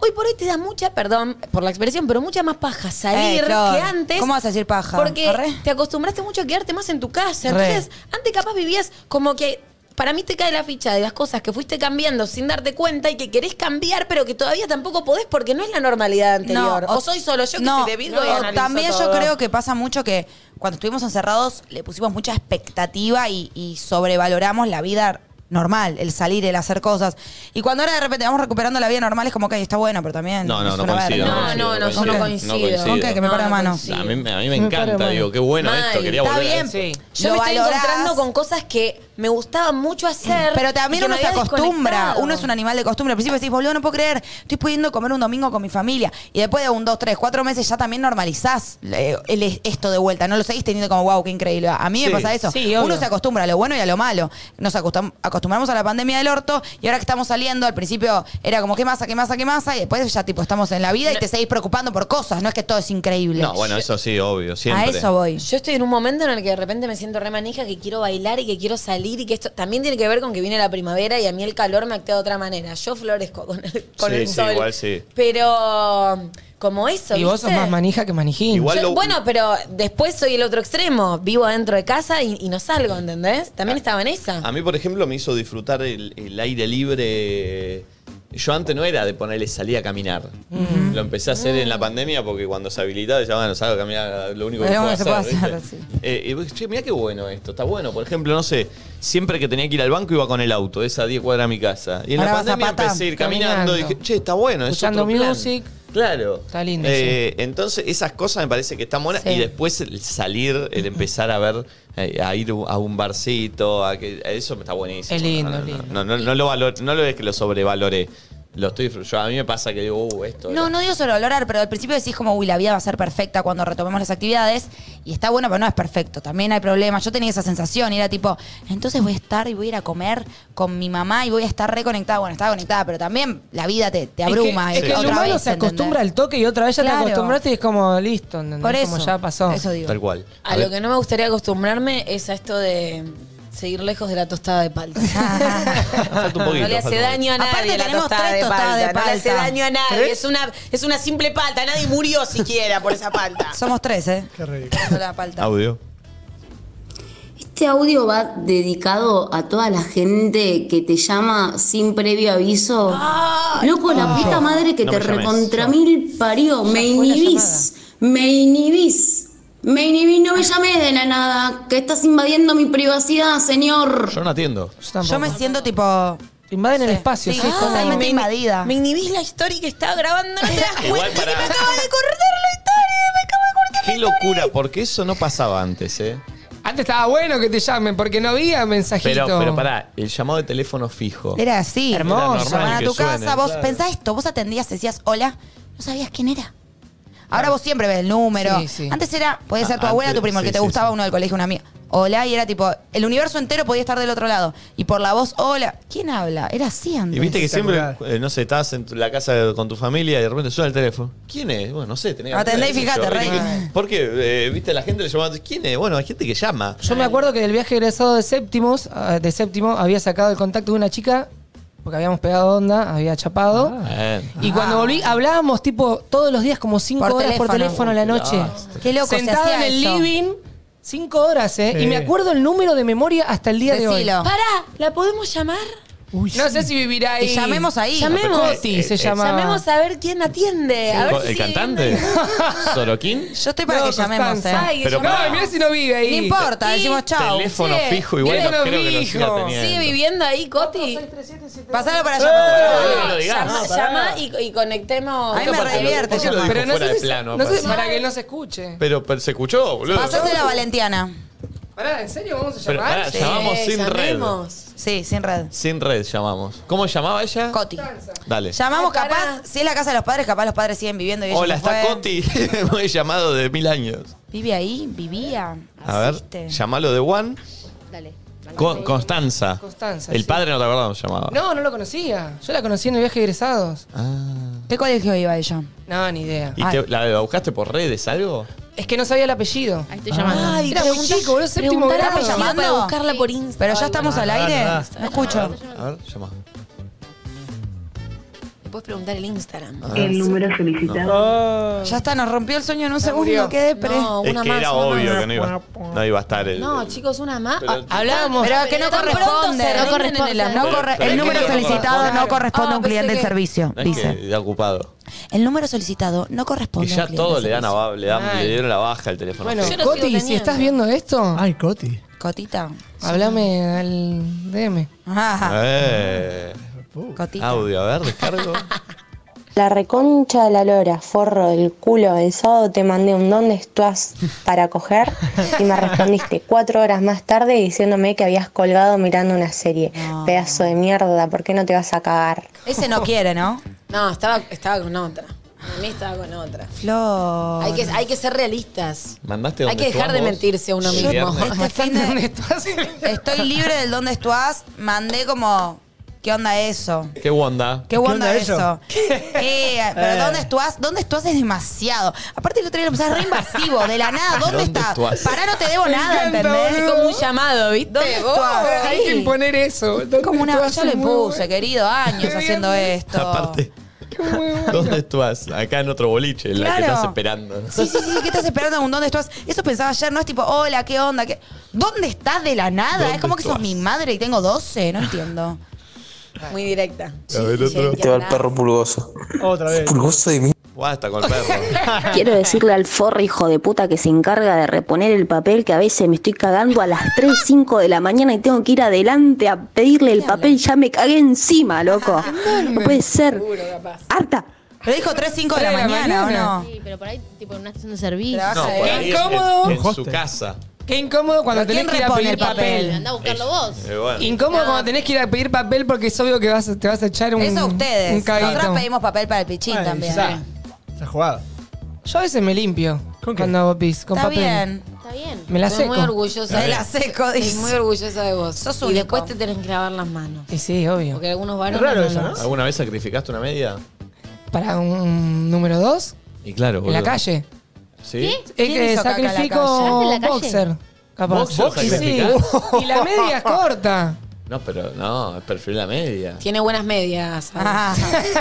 Speaker 2: Hoy por hoy te da mucha, perdón por la expresión, pero mucha más paja salir
Speaker 3: Eh, Flor,
Speaker 2: que antes.
Speaker 3: ¿Cómo vas a decir paja?
Speaker 2: Porque
Speaker 3: Arre.
Speaker 2: te acostumbraste mucho a quedarte más en tu casa.
Speaker 3: Re.
Speaker 2: Entonces, antes capaz vivías como que. Para mí te cae la ficha de las cosas que fuiste cambiando sin darte cuenta y que querés cambiar, pero que todavía tampoco podés porque no es la normalidad anterior.
Speaker 3: No,
Speaker 2: o, soy solo yo que
Speaker 3: no,
Speaker 2: si te vi,
Speaker 3: no,
Speaker 2: voy a analizar
Speaker 3: También yo
Speaker 2: todo.
Speaker 3: creo que pasa mucho que cuando estuvimos encerrados le pusimos mucha expectativa y, y sobrevaloramos la vida normal, el salir, el hacer cosas. Y cuando ahora de repente vamos recuperando la vida normal es como que está bueno, pero también.
Speaker 1: No, no,
Speaker 3: es
Speaker 1: no
Speaker 3: una
Speaker 1: coincido.
Speaker 3: verga.
Speaker 1: No, no, no, no coincido. no coincido.
Speaker 3: Ok, que me
Speaker 1: No,
Speaker 3: pare la
Speaker 1: no
Speaker 3: mano.
Speaker 1: A mí, a mí me
Speaker 3: Me paro de
Speaker 1: encanta,
Speaker 3: mano.
Speaker 1: digo, qué bueno
Speaker 3: Mal.
Speaker 1: esto, quería
Speaker 3: Está
Speaker 1: volver
Speaker 3: bien,
Speaker 1: a esto.
Speaker 2: Yo
Speaker 3: Lo
Speaker 2: me estoy
Speaker 3: valorás.
Speaker 2: encontrando con cosas que me gustaba mucho hacer.
Speaker 3: Pero
Speaker 2: y
Speaker 3: también
Speaker 2: que
Speaker 3: uno
Speaker 2: me
Speaker 3: se
Speaker 2: había
Speaker 3: acostumbra.
Speaker 2: desconectado.
Speaker 3: Uno es un animal de costumbre. Al principio decís, boludo, no puedo creer. Estoy pudiendo comer un domingo con mi familia. Y después de un, dos, tres, cuatro meses ya también normalizás eh, el- esto de vuelta. No lo seguís teniendo como, wow, qué increíble. A mí
Speaker 2: Sí.
Speaker 3: me pasa eso.
Speaker 2: Sí, obvio.
Speaker 3: uno se acostumbra a lo bueno y a lo malo. Nos acostum- acostumbramos a la pandemia del orto y ahora que estamos saliendo, al principio era como, qué masa, qué masa, qué masa. Y después ya, tipo, estamos en la vida y te seguís preocupando por cosas. No es que todo es increíble.
Speaker 1: No, bueno, eso sí, obvio, siempre.
Speaker 2: Yo estoy en un momento en el que de repente me siento re manija, que quiero bailar y que quiero salir y que esto también tiene que ver con que viene la primavera y a mí el calor me actúa de otra manera. Yo florezco con el, con
Speaker 1: sí,
Speaker 2: el
Speaker 1: sí,
Speaker 2: sol.
Speaker 1: igual sí.
Speaker 2: Pero como eso.
Speaker 4: Y vos sos
Speaker 2: ¿viste?
Speaker 4: más manija que manijín.
Speaker 2: Yo- Bueno, pero después soy el otro extremo. Vivo adentro de casa y, y no salgo, ¿entendés? También
Speaker 1: Ah.
Speaker 2: estaba en esa.
Speaker 1: A mí, por ejemplo, me hizo disfrutar el, el aire libre. Yo antes no era de ponerle salir a caminar.
Speaker 8: Ujú.
Speaker 1: Lo empecé a hacer en la pandemia porque cuando se habilitaba ya, bueno, salgo a caminar, lo único que
Speaker 8: Pero
Speaker 1: puedo
Speaker 8: bueno,
Speaker 1: hacer.
Speaker 8: se puede
Speaker 1: ¿viste?
Speaker 8: hacer, sí.
Speaker 1: Eh, y vos, che, mirá qué bueno esto, está bueno. Por ejemplo, no sé, siempre que tenía que ir al banco iba con el auto, esa 10 cuadras a mi casa. Y en
Speaker 4: Ahora
Speaker 1: la
Speaker 4: vas a
Speaker 1: pandemia
Speaker 4: pata,
Speaker 1: empecé a ir caminando, y
Speaker 4: caminando.
Speaker 1: dije, che, está bueno. es
Speaker 4: Escuchando
Speaker 1: otro plan.
Speaker 4: music.
Speaker 1: Claro.
Speaker 4: Está lindo.
Speaker 1: Eh, Entonces, esas cosas me parece que están buenas.
Speaker 4: Sí.
Speaker 1: Y después el salir, el empezar a ver, eh, a ir a un barcito, a que, a eso está buenísimo.
Speaker 4: Es lindo,
Speaker 1: no, no,
Speaker 4: es lindo.
Speaker 1: No, no, no lo valor- no lo es que lo sobrevaloré. Lo estoy disfr- yo A mí me pasa que digo, uh, esto.
Speaker 3: No, no digo solo valorar, pero al principio decís como, uy, la vida va a ser perfecta cuando retomemos las actividades. Y está bueno, pero no es perfecto. También hay problemas. Yo tenía esa sensación y era tipo, entonces voy a estar y voy a ir a comer con mi mamá y voy a estar reconectada. Bueno, estaba conectada, pero también la vida te, te
Speaker 4: Es que-
Speaker 3: abruma.
Speaker 4: Es que,
Speaker 3: eh,
Speaker 4: el
Speaker 3: otra
Speaker 4: humano
Speaker 3: vez,
Speaker 4: se
Speaker 3: ¿entendés?
Speaker 4: acostumbra al toque y otra vez ya
Speaker 3: Claro.
Speaker 4: te acostumbraste y es como listo, ¿entendés?
Speaker 3: Por
Speaker 4: Como
Speaker 3: eso,
Speaker 4: ya pasó.
Speaker 3: eso digo.
Speaker 1: Tal cual.
Speaker 2: A lo que no me gustaría acostumbrarme es a esto de seguir lejos de la tostada de palta.
Speaker 1: Falta un poquito.
Speaker 2: no le
Speaker 1: falta
Speaker 2: hace
Speaker 1: un
Speaker 2: daño a nadie.
Speaker 3: Aparte
Speaker 2: la
Speaker 3: tenemos
Speaker 2: tostada
Speaker 3: tres
Speaker 2: de palta,
Speaker 3: tostadas de
Speaker 2: No le hace
Speaker 3: palta.
Speaker 2: daño a nadie.
Speaker 3: ¿Tres?
Speaker 2: Es una, es una simple palta. Nadie murió siquiera por esa palta.
Speaker 3: Somos tres, ¿eh? Qué
Speaker 1: poco. Audio.
Speaker 9: Este audio va dedicado a toda la gente que te llama sin previo aviso. Loco, la
Speaker 22: Ay.
Speaker 9: puta madre que
Speaker 22: No
Speaker 9: te
Speaker 22: me llames.
Speaker 9: recontra mil parió. Me inhibís. Me inhibís. Me inhibís. No me llames de la nada. Que estás invadiendo mi privacidad, señor.
Speaker 1: Yo no atiendo.
Speaker 3: Yo me siento tipo...
Speaker 4: Invaden el espacio, sí,
Speaker 3: sí, Ah,
Speaker 4: como-
Speaker 3: totalmente
Speaker 4: Me-
Speaker 3: invadida.
Speaker 2: Me inhibís la historia que estaba grabando. No te das
Speaker 1: Igual
Speaker 2: cuenta
Speaker 1: para-
Speaker 2: que me acaba de cortar la historia. Me acaba de cortar.
Speaker 1: Qué locura, porque eso no pasaba antes, ¿eh?
Speaker 4: Antes estaba bueno que te llamen porque no había mensajito.
Speaker 1: Pero, pero pará, el llamado de teléfono fijo.
Speaker 3: Era así.
Speaker 1: Era normal
Speaker 3: Llamaban a
Speaker 1: que
Speaker 3: tu
Speaker 1: suene,
Speaker 3: casa, vos
Speaker 1: claro.
Speaker 3: pensás esto, vos atendías, decías hola, no sabías quién era. Ahora vos siempre ves el número.
Speaker 4: Sí, sí.
Speaker 3: Antes era, podía ser tu
Speaker 4: Ah,
Speaker 3: abuela,
Speaker 4: antes,
Speaker 3: tu primo, el
Speaker 4: sí,
Speaker 3: que te
Speaker 4: sí,
Speaker 3: gustaba, uno del colegio, una amiga. Hola, y era tipo, el universo entero podía estar del otro lado. Y por la voz, hola. ¿Quién habla? Era así antes.
Speaker 1: Y viste que siempre, eh, no sé, estás en tu- la casa con tu familia y de repente suena el teléfono. ¿Quién es? Bueno, no sé, tenés que
Speaker 3: Atendé y
Speaker 1: atender, qué sé
Speaker 3: fijate,
Speaker 1: yo.
Speaker 3: Rey.
Speaker 1: ¿Por qué? Eh, viste, la gente le llamaba. ¿Quién es? Bueno, hay gente que llama.
Speaker 4: Yo me acuerdo que del viaje egresado de séptimos, ah, de séptimo, había sacado el contacto de una chica, porque habíamos pegado onda, había chapado.
Speaker 1: Ah.
Speaker 3: Eh,
Speaker 1: Bien.
Speaker 4: Y cuando volví, hablábamos tipo todos los días como cinco
Speaker 3: Por
Speaker 4: horas por
Speaker 3: teléfono.
Speaker 4: teléfono a la noche.
Speaker 3: Qué loco, se
Speaker 4: Sentado en
Speaker 3: hacía
Speaker 4: el
Speaker 3: eso.
Speaker 4: living, cinco horas, ¿eh?
Speaker 3: Sí.
Speaker 4: Y me acuerdo el número de memoria hasta el día de hoy.
Speaker 2: Pará, ¿la podemos llamar?
Speaker 4: no sé si vivirá ahí.
Speaker 2: Y llamemos ahí. Llamemos.
Speaker 4: Coti se
Speaker 1: Eh, eh,
Speaker 4: llamaba.
Speaker 2: Llamemos a ver quién atiende. A ver
Speaker 1: ¿El
Speaker 2: si sigue
Speaker 1: cantante? ¿Sorokin?
Speaker 3: Yo estoy para
Speaker 4: No,
Speaker 3: que llamemos,
Speaker 4: Constanza.
Speaker 3: ¿eh?
Speaker 4: Ay, que Pero llamemos. pará. No, mirá si no vive ahí.
Speaker 3: No importa,
Speaker 4: Y
Speaker 3: decimos chau.
Speaker 1: Teléfono
Speaker 3: Sí.
Speaker 1: fijo igual, no
Speaker 3: Teléfono
Speaker 1: creo que lo siga
Speaker 3: fijo.
Speaker 1: teniendo.
Speaker 2: ¿Sigue viviendo ahí, Coti?
Speaker 3: Pasalo para allá.
Speaker 1: Eh,
Speaker 2: pasalo.
Speaker 1: no lo digas.
Speaker 2: Llama,
Speaker 1: No, pará.
Speaker 2: llama y, y conectemos.
Speaker 3: A mí me revierte
Speaker 1: ¿Por qué lo
Speaker 3: llamar.
Speaker 1: dijo
Speaker 3: Pero no
Speaker 1: fuera
Speaker 3: sé
Speaker 1: de
Speaker 3: si-
Speaker 1: plano?
Speaker 4: No sé,
Speaker 1: Pará.
Speaker 4: para que no se escuche.
Speaker 1: Pero, pero se escuchó, boludo.
Speaker 3: Pasásela a Valentiana.
Speaker 4: Pará, ¿en serio vamos a
Speaker 1: Pero
Speaker 4: llamar?
Speaker 1: pará,
Speaker 2: Eh,
Speaker 1: llamamos sin
Speaker 3: llamemos. Sí, sin red.
Speaker 1: red. Sin red llamamos. ¿Cómo llamaba ella?
Speaker 3: Coti.
Speaker 1: Dale.
Speaker 3: Llamamos capaz, si es la casa de los padres, capaz los padres siguen viviendo y ella
Speaker 1: Hola,
Speaker 3: se
Speaker 1: está
Speaker 3: fue.
Speaker 1: Coti. Hemos llamado de mil años.
Speaker 3: Vive ahí, vivía.
Speaker 1: A ver, llamalo de Juan.
Speaker 5: Dale.
Speaker 1: Con- Constanza.
Speaker 4: Constanza,
Speaker 1: El
Speaker 4: sí.
Speaker 1: padre no te acordamos, llamaba.
Speaker 4: No, no lo conocía. Yo la conocí en el viaje de egresados.
Speaker 3: ¿Qué colegio iba ella?
Speaker 4: No, ni idea.
Speaker 1: ¿Y te- la, la buscaste por redes, algo?
Speaker 4: Es que no sabía el apellido. Ahí estoy
Speaker 1: llamando.
Speaker 2: Ay,
Speaker 4: Era muy
Speaker 2: preguntá-
Speaker 4: chico, boludo, séptimo
Speaker 2: preguntá la
Speaker 4: grado.
Speaker 2: apellido para buscarla por Instagram.
Speaker 3: Pero ya estamos al aire. No escucho.
Speaker 1: A ver, llama.
Speaker 2: Le puedes preguntar el Instagram.
Speaker 3: El número
Speaker 1: solicitado.
Speaker 3: Ya está, nos rompió el sueño en un
Speaker 2: murió.
Speaker 3: segundo. Quedé pre.
Speaker 2: No,
Speaker 1: Es
Speaker 2: una
Speaker 1: que
Speaker 2: más,
Speaker 1: era
Speaker 2: una
Speaker 1: obvio
Speaker 2: más.
Speaker 1: que no iba, no iba a estar el.
Speaker 4: Eh,
Speaker 2: No, chicos, una más.
Speaker 1: Pero-
Speaker 2: Ah,
Speaker 3: Hablábamos. Pero que no
Speaker 2: Tan pronto
Speaker 3: corresponde.
Speaker 2: se
Speaker 3: No
Speaker 2: rinden
Speaker 3: corresponde.
Speaker 2: en el amor.
Speaker 3: No corre-
Speaker 1: Pero
Speaker 3: el
Speaker 1: es que
Speaker 3: número
Speaker 1: no
Speaker 3: solicitado
Speaker 1: corresponde.
Speaker 3: no corresponde a un
Speaker 2: Ah, pensé
Speaker 3: cliente en
Speaker 2: que-
Speaker 3: servicio,
Speaker 1: No es
Speaker 3: dice.
Speaker 1: que está ocupado.
Speaker 3: El número solicitado no
Speaker 1: Que
Speaker 3: corresponde a un
Speaker 1: ya
Speaker 3: cliente
Speaker 1: todo
Speaker 3: en
Speaker 1: le dan, a,
Speaker 3: servicio.
Speaker 1: ba- le, dan- le dieron la baja al teléfono.
Speaker 4: Bueno,
Speaker 1: fijo.
Speaker 4: Coti, si estás viendo esto.
Speaker 7: Ay, Coti.
Speaker 3: Cotita.
Speaker 4: Hablame al DM.
Speaker 2: Ah.
Speaker 1: Eh. Audio, a ver, descargo.
Speaker 12: La reconcha de la lora, forro del culo, el sábado te mandé un dónde estás para coger y me respondiste cuatro horas más tarde diciéndome que habías colgado mirando una serie. Pedazo de mierda, ¿por qué no te vas a cagar?
Speaker 3: Ese no quiere, ¿no?
Speaker 2: No, estaba, estaba con otra. A mí estaba con otra.
Speaker 3: Flor.
Speaker 2: Hay que, hay que ser realistas.
Speaker 1: Mandaste
Speaker 2: Hay
Speaker 1: donde
Speaker 2: que dejar
Speaker 1: estás
Speaker 2: de
Speaker 1: vos?
Speaker 2: mentirse a uno
Speaker 1: Sí,
Speaker 2: mismo.
Speaker 1: viernes.
Speaker 3: este Estoy libre del dónde estás. Mandé como, ¿qué onda eso?
Speaker 1: ¿Qué onda?
Speaker 3: ¿Qué onda eso? Eh, pero ¿dónde estás? ¿Dónde estás es demasiado? Aparte el otro día lo pensás re invasivo, de la nada, ¿dónde,
Speaker 1: ¿Dónde
Speaker 3: estás?
Speaker 1: estás?
Speaker 3: Pará, no te debo
Speaker 4: Me
Speaker 3: nada,
Speaker 4: encanta,
Speaker 3: ¿entendés?
Speaker 4: boludo.
Speaker 2: Como un llamado, ¿viste?
Speaker 3: ¿Dónde
Speaker 4: Vos,
Speaker 3: estás?
Speaker 4: Hay que
Speaker 3: Sí.
Speaker 4: imponer eso.
Speaker 3: Como una, yo le puse,
Speaker 4: que
Speaker 3: querido, años haciendo esto.
Speaker 1: Aparte. ¿Dónde estás? Acá en otro boliche, en la que
Speaker 3: Claro.
Speaker 1: estás esperando.
Speaker 3: Sí, sí, sí, sí, ¿qué estás esperando? Un ¿Dónde estás? Eso pensaba ayer, no es tipo, hola, ¿qué onda? ¿Qué? ¿Dónde estás de la nada?
Speaker 11: ¿Dónde
Speaker 3: Es como que sos
Speaker 11: estás?
Speaker 3: mi madre y tengo 12, no entiendo.
Speaker 2: Muy directa.
Speaker 11: A ver,
Speaker 2: otro.
Speaker 11: Te va el perro pulgoso.
Speaker 7: Otra vez.
Speaker 11: Pulgoso de mí.
Speaker 1: Guasta con el perro.
Speaker 22: Quiero decirle al forro hijo de puta que se encarga de reponer el papel que a veces me estoy cagando a las 3, 5 de la mañana y tengo que ir adelante a pedirle el papel. Ya me cagué encima, loco. No puede ser. Harta.
Speaker 3: Pero dijo 3, 5 de la
Speaker 5: Tres de la
Speaker 3: mañana, ¿o
Speaker 5: mañana.
Speaker 3: no?
Speaker 5: Sí, pero por ahí, tipo, en una estación de servicio.
Speaker 1: No, por ahí es-
Speaker 4: incómodo.
Speaker 1: En, en su casa.
Speaker 4: Qué incómodo cuando
Speaker 5: ¿Pero
Speaker 4: tenés que
Speaker 5: quién
Speaker 4: ir a
Speaker 5: repone
Speaker 4: pedir
Speaker 5: el papel?
Speaker 4: papel.
Speaker 5: Andá a buscarlo vos.
Speaker 1: Eh, bueno.
Speaker 4: Incómodo cuando tenés que ir a pedir papel porque es obvio que vas, te vas a echar un.
Speaker 3: Eso a
Speaker 4: Un
Speaker 3: ustedes. Nosotros
Speaker 4: caguito.
Speaker 3: pedimos papel para el pichín también.
Speaker 4: sa.
Speaker 7: Esa jugada.
Speaker 4: Yo a veces me limpio cuando hago pis con
Speaker 3: Está
Speaker 4: papel.
Speaker 3: bien.
Speaker 5: Está bien.
Speaker 4: Me la
Speaker 2: Estoy
Speaker 4: seco.
Speaker 2: muy orgullosa.
Speaker 4: Me
Speaker 2: de-
Speaker 4: la seco,
Speaker 2: Estoy
Speaker 4: dice.
Speaker 2: muy orgullosa de vos.
Speaker 3: Sos
Speaker 2: Y
Speaker 3: único.
Speaker 2: después te tenés que lavar las manos.
Speaker 4: Y sí, obvio.
Speaker 2: Porque algunos varones
Speaker 4: Raro
Speaker 2: no
Speaker 4: eso,
Speaker 2: lo
Speaker 4: ¿no?
Speaker 2: hacen.
Speaker 1: ¿Alguna vez sacrificaste una media?
Speaker 4: Para un número dos,
Speaker 1: Y claro,
Speaker 4: en la
Speaker 1: boludo.
Speaker 4: calle.
Speaker 1: ¿Sí?
Speaker 4: Es que Eh, sacrifico boxer. Capaz.
Speaker 1: ¿Boxer
Speaker 4: sí.
Speaker 1: sacrificás?
Speaker 4: Y la media es corta.
Speaker 1: No, pero no, es perfil la media.
Speaker 2: Tiene buenas medias. ¿sabes?
Speaker 3: Ah.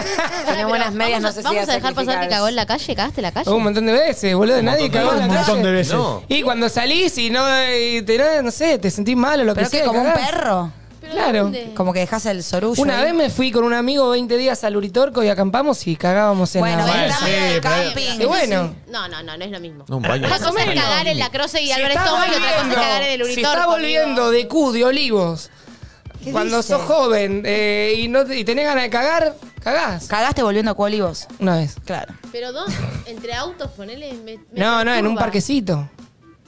Speaker 2: Tiene buenas medias, no sé si
Speaker 5: ¿Vamos
Speaker 2: va
Speaker 5: a dejar pasar que
Speaker 2: sacrificar.
Speaker 5: cagó en la calle? ¿Cagaste en la calle?
Speaker 4: Un montón de veces, boludo.
Speaker 1: Un
Speaker 4: Nadie
Speaker 1: montón de
Speaker 4: cagó
Speaker 1: veces.
Speaker 4: en la
Speaker 1: Un montón
Speaker 4: calle.
Speaker 1: de veces. No.
Speaker 4: Y cuando salís y no, y te, no, no sé, te sentís mal o lo
Speaker 3: Pero
Speaker 4: que sea.
Speaker 3: que como un
Speaker 4: cagás.
Speaker 3: perro.
Speaker 4: Claro.
Speaker 3: Como que dejas el sorullo.
Speaker 4: Una
Speaker 3: ahí.
Speaker 4: vez me fui con un amigo 20 días al Uritorco y acampamos y cagábamos en
Speaker 3: Bueno,
Speaker 4: la
Speaker 3: Bueno, estamos en el sí, camping.
Speaker 4: Y bueno.
Speaker 5: No, no, no, no es lo mismo.
Speaker 1: No, un baño.
Speaker 5: Una cosa es
Speaker 1: Bueno.
Speaker 5: cagar en la croce y
Speaker 4: Si
Speaker 5: Álvarez
Speaker 4: está
Speaker 5: Toma y otra cosa es
Speaker 4: volviendo,
Speaker 5: cagar en el
Speaker 4: Si
Speaker 5: uritor.
Speaker 4: está volviendo de Q, de Olivos, cuando
Speaker 3: dice?
Speaker 4: sos joven eh, y, no, te- y tenés ganas de cagar, cagás.
Speaker 3: Cagaste volviendo a Cuolivos.
Speaker 4: Una vez.
Speaker 3: Claro.
Speaker 5: Pero dos, entre autos, ponele. me- me
Speaker 4: No, no, en un
Speaker 5: perturba.
Speaker 4: parquecito.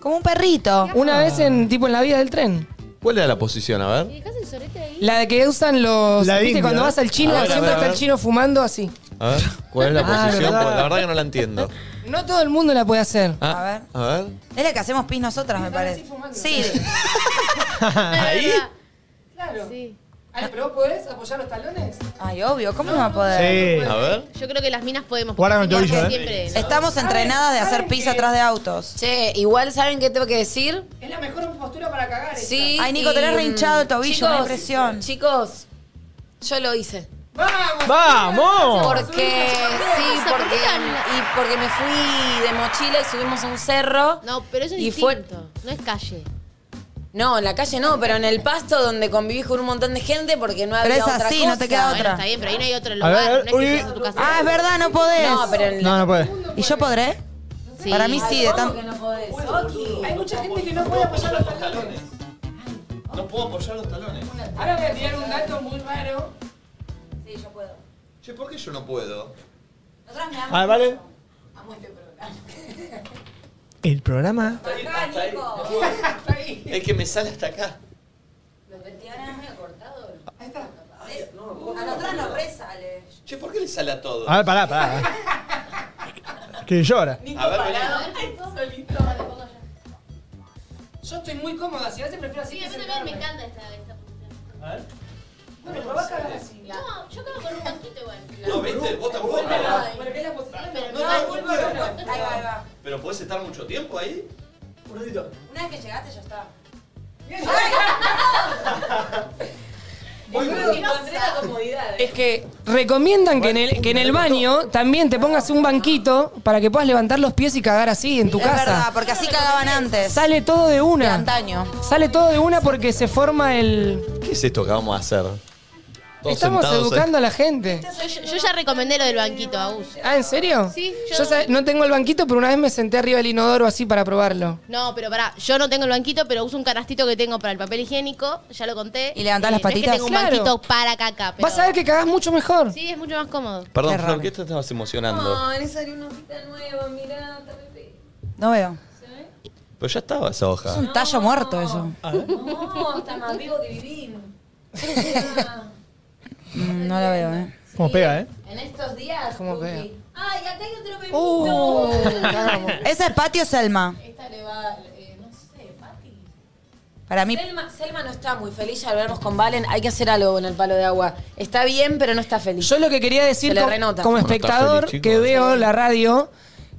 Speaker 3: Como un perrito.
Speaker 4: Una vez en tipo en la vía del tren.
Speaker 1: ¿Cuál era la posición? A ver.
Speaker 5: Dejás el sorete ahí.
Speaker 4: La de que usan los.
Speaker 1: La de
Speaker 4: ¿Viste
Speaker 1: indio,
Speaker 4: cuando
Speaker 1: ¿no?
Speaker 4: vas al chino?
Speaker 1: A ver, a
Speaker 4: siempre
Speaker 1: ver, a
Speaker 4: está el
Speaker 1: ver.
Speaker 4: chino fumando así.
Speaker 1: A ver. ¿Cuál es la
Speaker 4: Ah,
Speaker 1: posición?
Speaker 4: verdad.
Speaker 1: Porque la verdad que no la entiendo.
Speaker 4: No todo el mundo la puede hacer.
Speaker 1: Ah,
Speaker 3: A ver.
Speaker 1: A ver.
Speaker 3: Es la que hacemos pis nosotras, me parece. Sí.
Speaker 1: ¿Ahí?
Speaker 4: Claro. Ah, ¿Pero vos podés apoyar los talones?
Speaker 3: Ay, obvio, ¿cómo no va a poder?
Speaker 1: Sí. A ver.
Speaker 5: Yo creo que las minas podemos.
Speaker 1: Guarda con
Speaker 5: porque
Speaker 1: el tobillo,
Speaker 5: siempre,
Speaker 4: ¿eh?
Speaker 5: ¿no?
Speaker 3: Estamos entrenadas de hacer pis atrás de autos.
Speaker 2: Che, igual saben qué tengo que decir.
Speaker 4: Es la mejor postura para cagar. eh.
Speaker 2: Sí.
Speaker 3: Ay, Nico,
Speaker 2: y,
Speaker 3: tenés rehinchado el tobillo,
Speaker 2: chicos,
Speaker 3: no hay presión.
Speaker 2: Chicos, yo lo hice.
Speaker 7: ¡Vamos!
Speaker 2: Porque, sí, porque, y porque me fui de mochila y subimos a un cerro.
Speaker 5: No, pero eso es
Speaker 2: Y
Speaker 5: distinto.
Speaker 2: fue-
Speaker 5: No es calle.
Speaker 2: No, en la calle no, pero en el pasto donde conviví con un montón de gente porque no había
Speaker 3: Pero es
Speaker 2: otra
Speaker 3: así, no
Speaker 2: cosa.
Speaker 3: te queda otra.
Speaker 5: Bueno, está bien, pero ahí no hay otro
Speaker 3: A
Speaker 5: lugar.
Speaker 3: ver,
Speaker 5: no es que
Speaker 3: uy.
Speaker 5: seas en tu casa.
Speaker 3: Ah, es verdad, no podés.
Speaker 5: No, pero en la-
Speaker 7: No, no puede.
Speaker 3: ¿Y yo podré?
Speaker 5: Sí.
Speaker 3: Para mí sí, de
Speaker 2: ¿Cómo
Speaker 3: tanto.
Speaker 2: que no podés? Oki.
Speaker 4: Hay mucha gente que no puede apoyar los talones.
Speaker 1: No puedo apoyar los talones.
Speaker 4: Ahora voy a tirar un dato muy raro.
Speaker 3: Sí, yo puedo.
Speaker 1: Che, ¿por qué yo no puedo?
Speaker 3: Nosotras me
Speaker 7: Ah, vale. El programa.
Speaker 1: Hasta ahí, hasta ahí. Es que me sale hasta acá.
Speaker 3: A nosotras nos resale.
Speaker 1: Che, ¿por qué le sale a todo?
Speaker 4: Ah.
Speaker 7: A ver, pará, pará. Que llora.
Speaker 1: A ver, vení.
Speaker 4: Yo estoy muy cómoda, si a veces prefiero así.
Speaker 5: Sí, a mí también me encanta esta, esta posición.
Speaker 4: Bueno, pero vas a cagar así.
Speaker 5: No, yo creo con un banquito igual.
Speaker 1: No, viste, vos tampoco.
Speaker 4: Bueno, ¿qué es la posición?
Speaker 5: Pero
Speaker 4: No,
Speaker 5: no,
Speaker 4: vuelvo a la-
Speaker 3: Ahí va, ahí va.
Speaker 1: Pero podés estar mucho tiempo ahí. Un ratito.
Speaker 3: Una vez que llegaste, ya está.
Speaker 1: Voy,
Speaker 4: Es que recomiendan que en, el, que en el baño también te pongas un banquito para que puedas levantar los pies y cagar así en tu
Speaker 3: Es
Speaker 4: casa.
Speaker 3: verdad, Ah, porque así cagaban antes.
Speaker 4: Sale todo de una.
Speaker 3: De antaño.
Speaker 4: Sale todo de una porque se forma el.
Speaker 1: ¿Qué es esto que vamos a hacer? Todos
Speaker 4: Estamos
Speaker 1: sentados,
Speaker 4: educando a la gente.
Speaker 5: Yo, yo ya recomendé lo del banquito, Agus.
Speaker 4: Ah, ¿en serio?
Speaker 5: Sí, yo-
Speaker 4: yo, sa- no tengo el banquito, pero una vez me senté arriba del inodoro así para probarlo.
Speaker 5: No, pero pará, yo no tengo el banquito, pero uso un canastito que tengo para el papel higiénico, ya lo conté. Eh,
Speaker 4: ¿Y levantás las
Speaker 5: no es que
Speaker 4: patitas?
Speaker 5: tengo un
Speaker 4: Claro.
Speaker 5: banquito para caca. pero-
Speaker 4: Vas a ver que cagás mucho mejor.
Speaker 5: Sí, es mucho más cómodo.
Speaker 1: Perdón, Flor, ¿qué te estabas emocionando?
Speaker 2: salió una hojita nueva, mirá.
Speaker 3: No veo.
Speaker 1: Pero ya estaba esa hoja.
Speaker 3: Es un tallo muerto eso.
Speaker 2: No, está más vivo que divino.
Speaker 3: Mm, No la veo, ¿eh?
Speaker 7: Como pega, ¿eh?
Speaker 2: En estos días.
Speaker 3: ¿Cómo pega?
Speaker 2: Tuki. Ay, acá hay otro bebé.
Speaker 3: Uh, Esa es Patio Selma.
Speaker 2: Esta le va, eh, no sé, Pati.
Speaker 3: Para mí.
Speaker 2: Selma, Selma no está muy feliz, ya lo vemos con Valen. Hay que hacer algo con el palo de agua. Está bien, pero no está feliz.
Speaker 4: Yo lo que quería decir
Speaker 2: Se le
Speaker 4: co-
Speaker 2: renota.
Speaker 4: como
Speaker 2: No está
Speaker 4: espectador
Speaker 2: feliz, chicos.
Speaker 4: que veo la radio,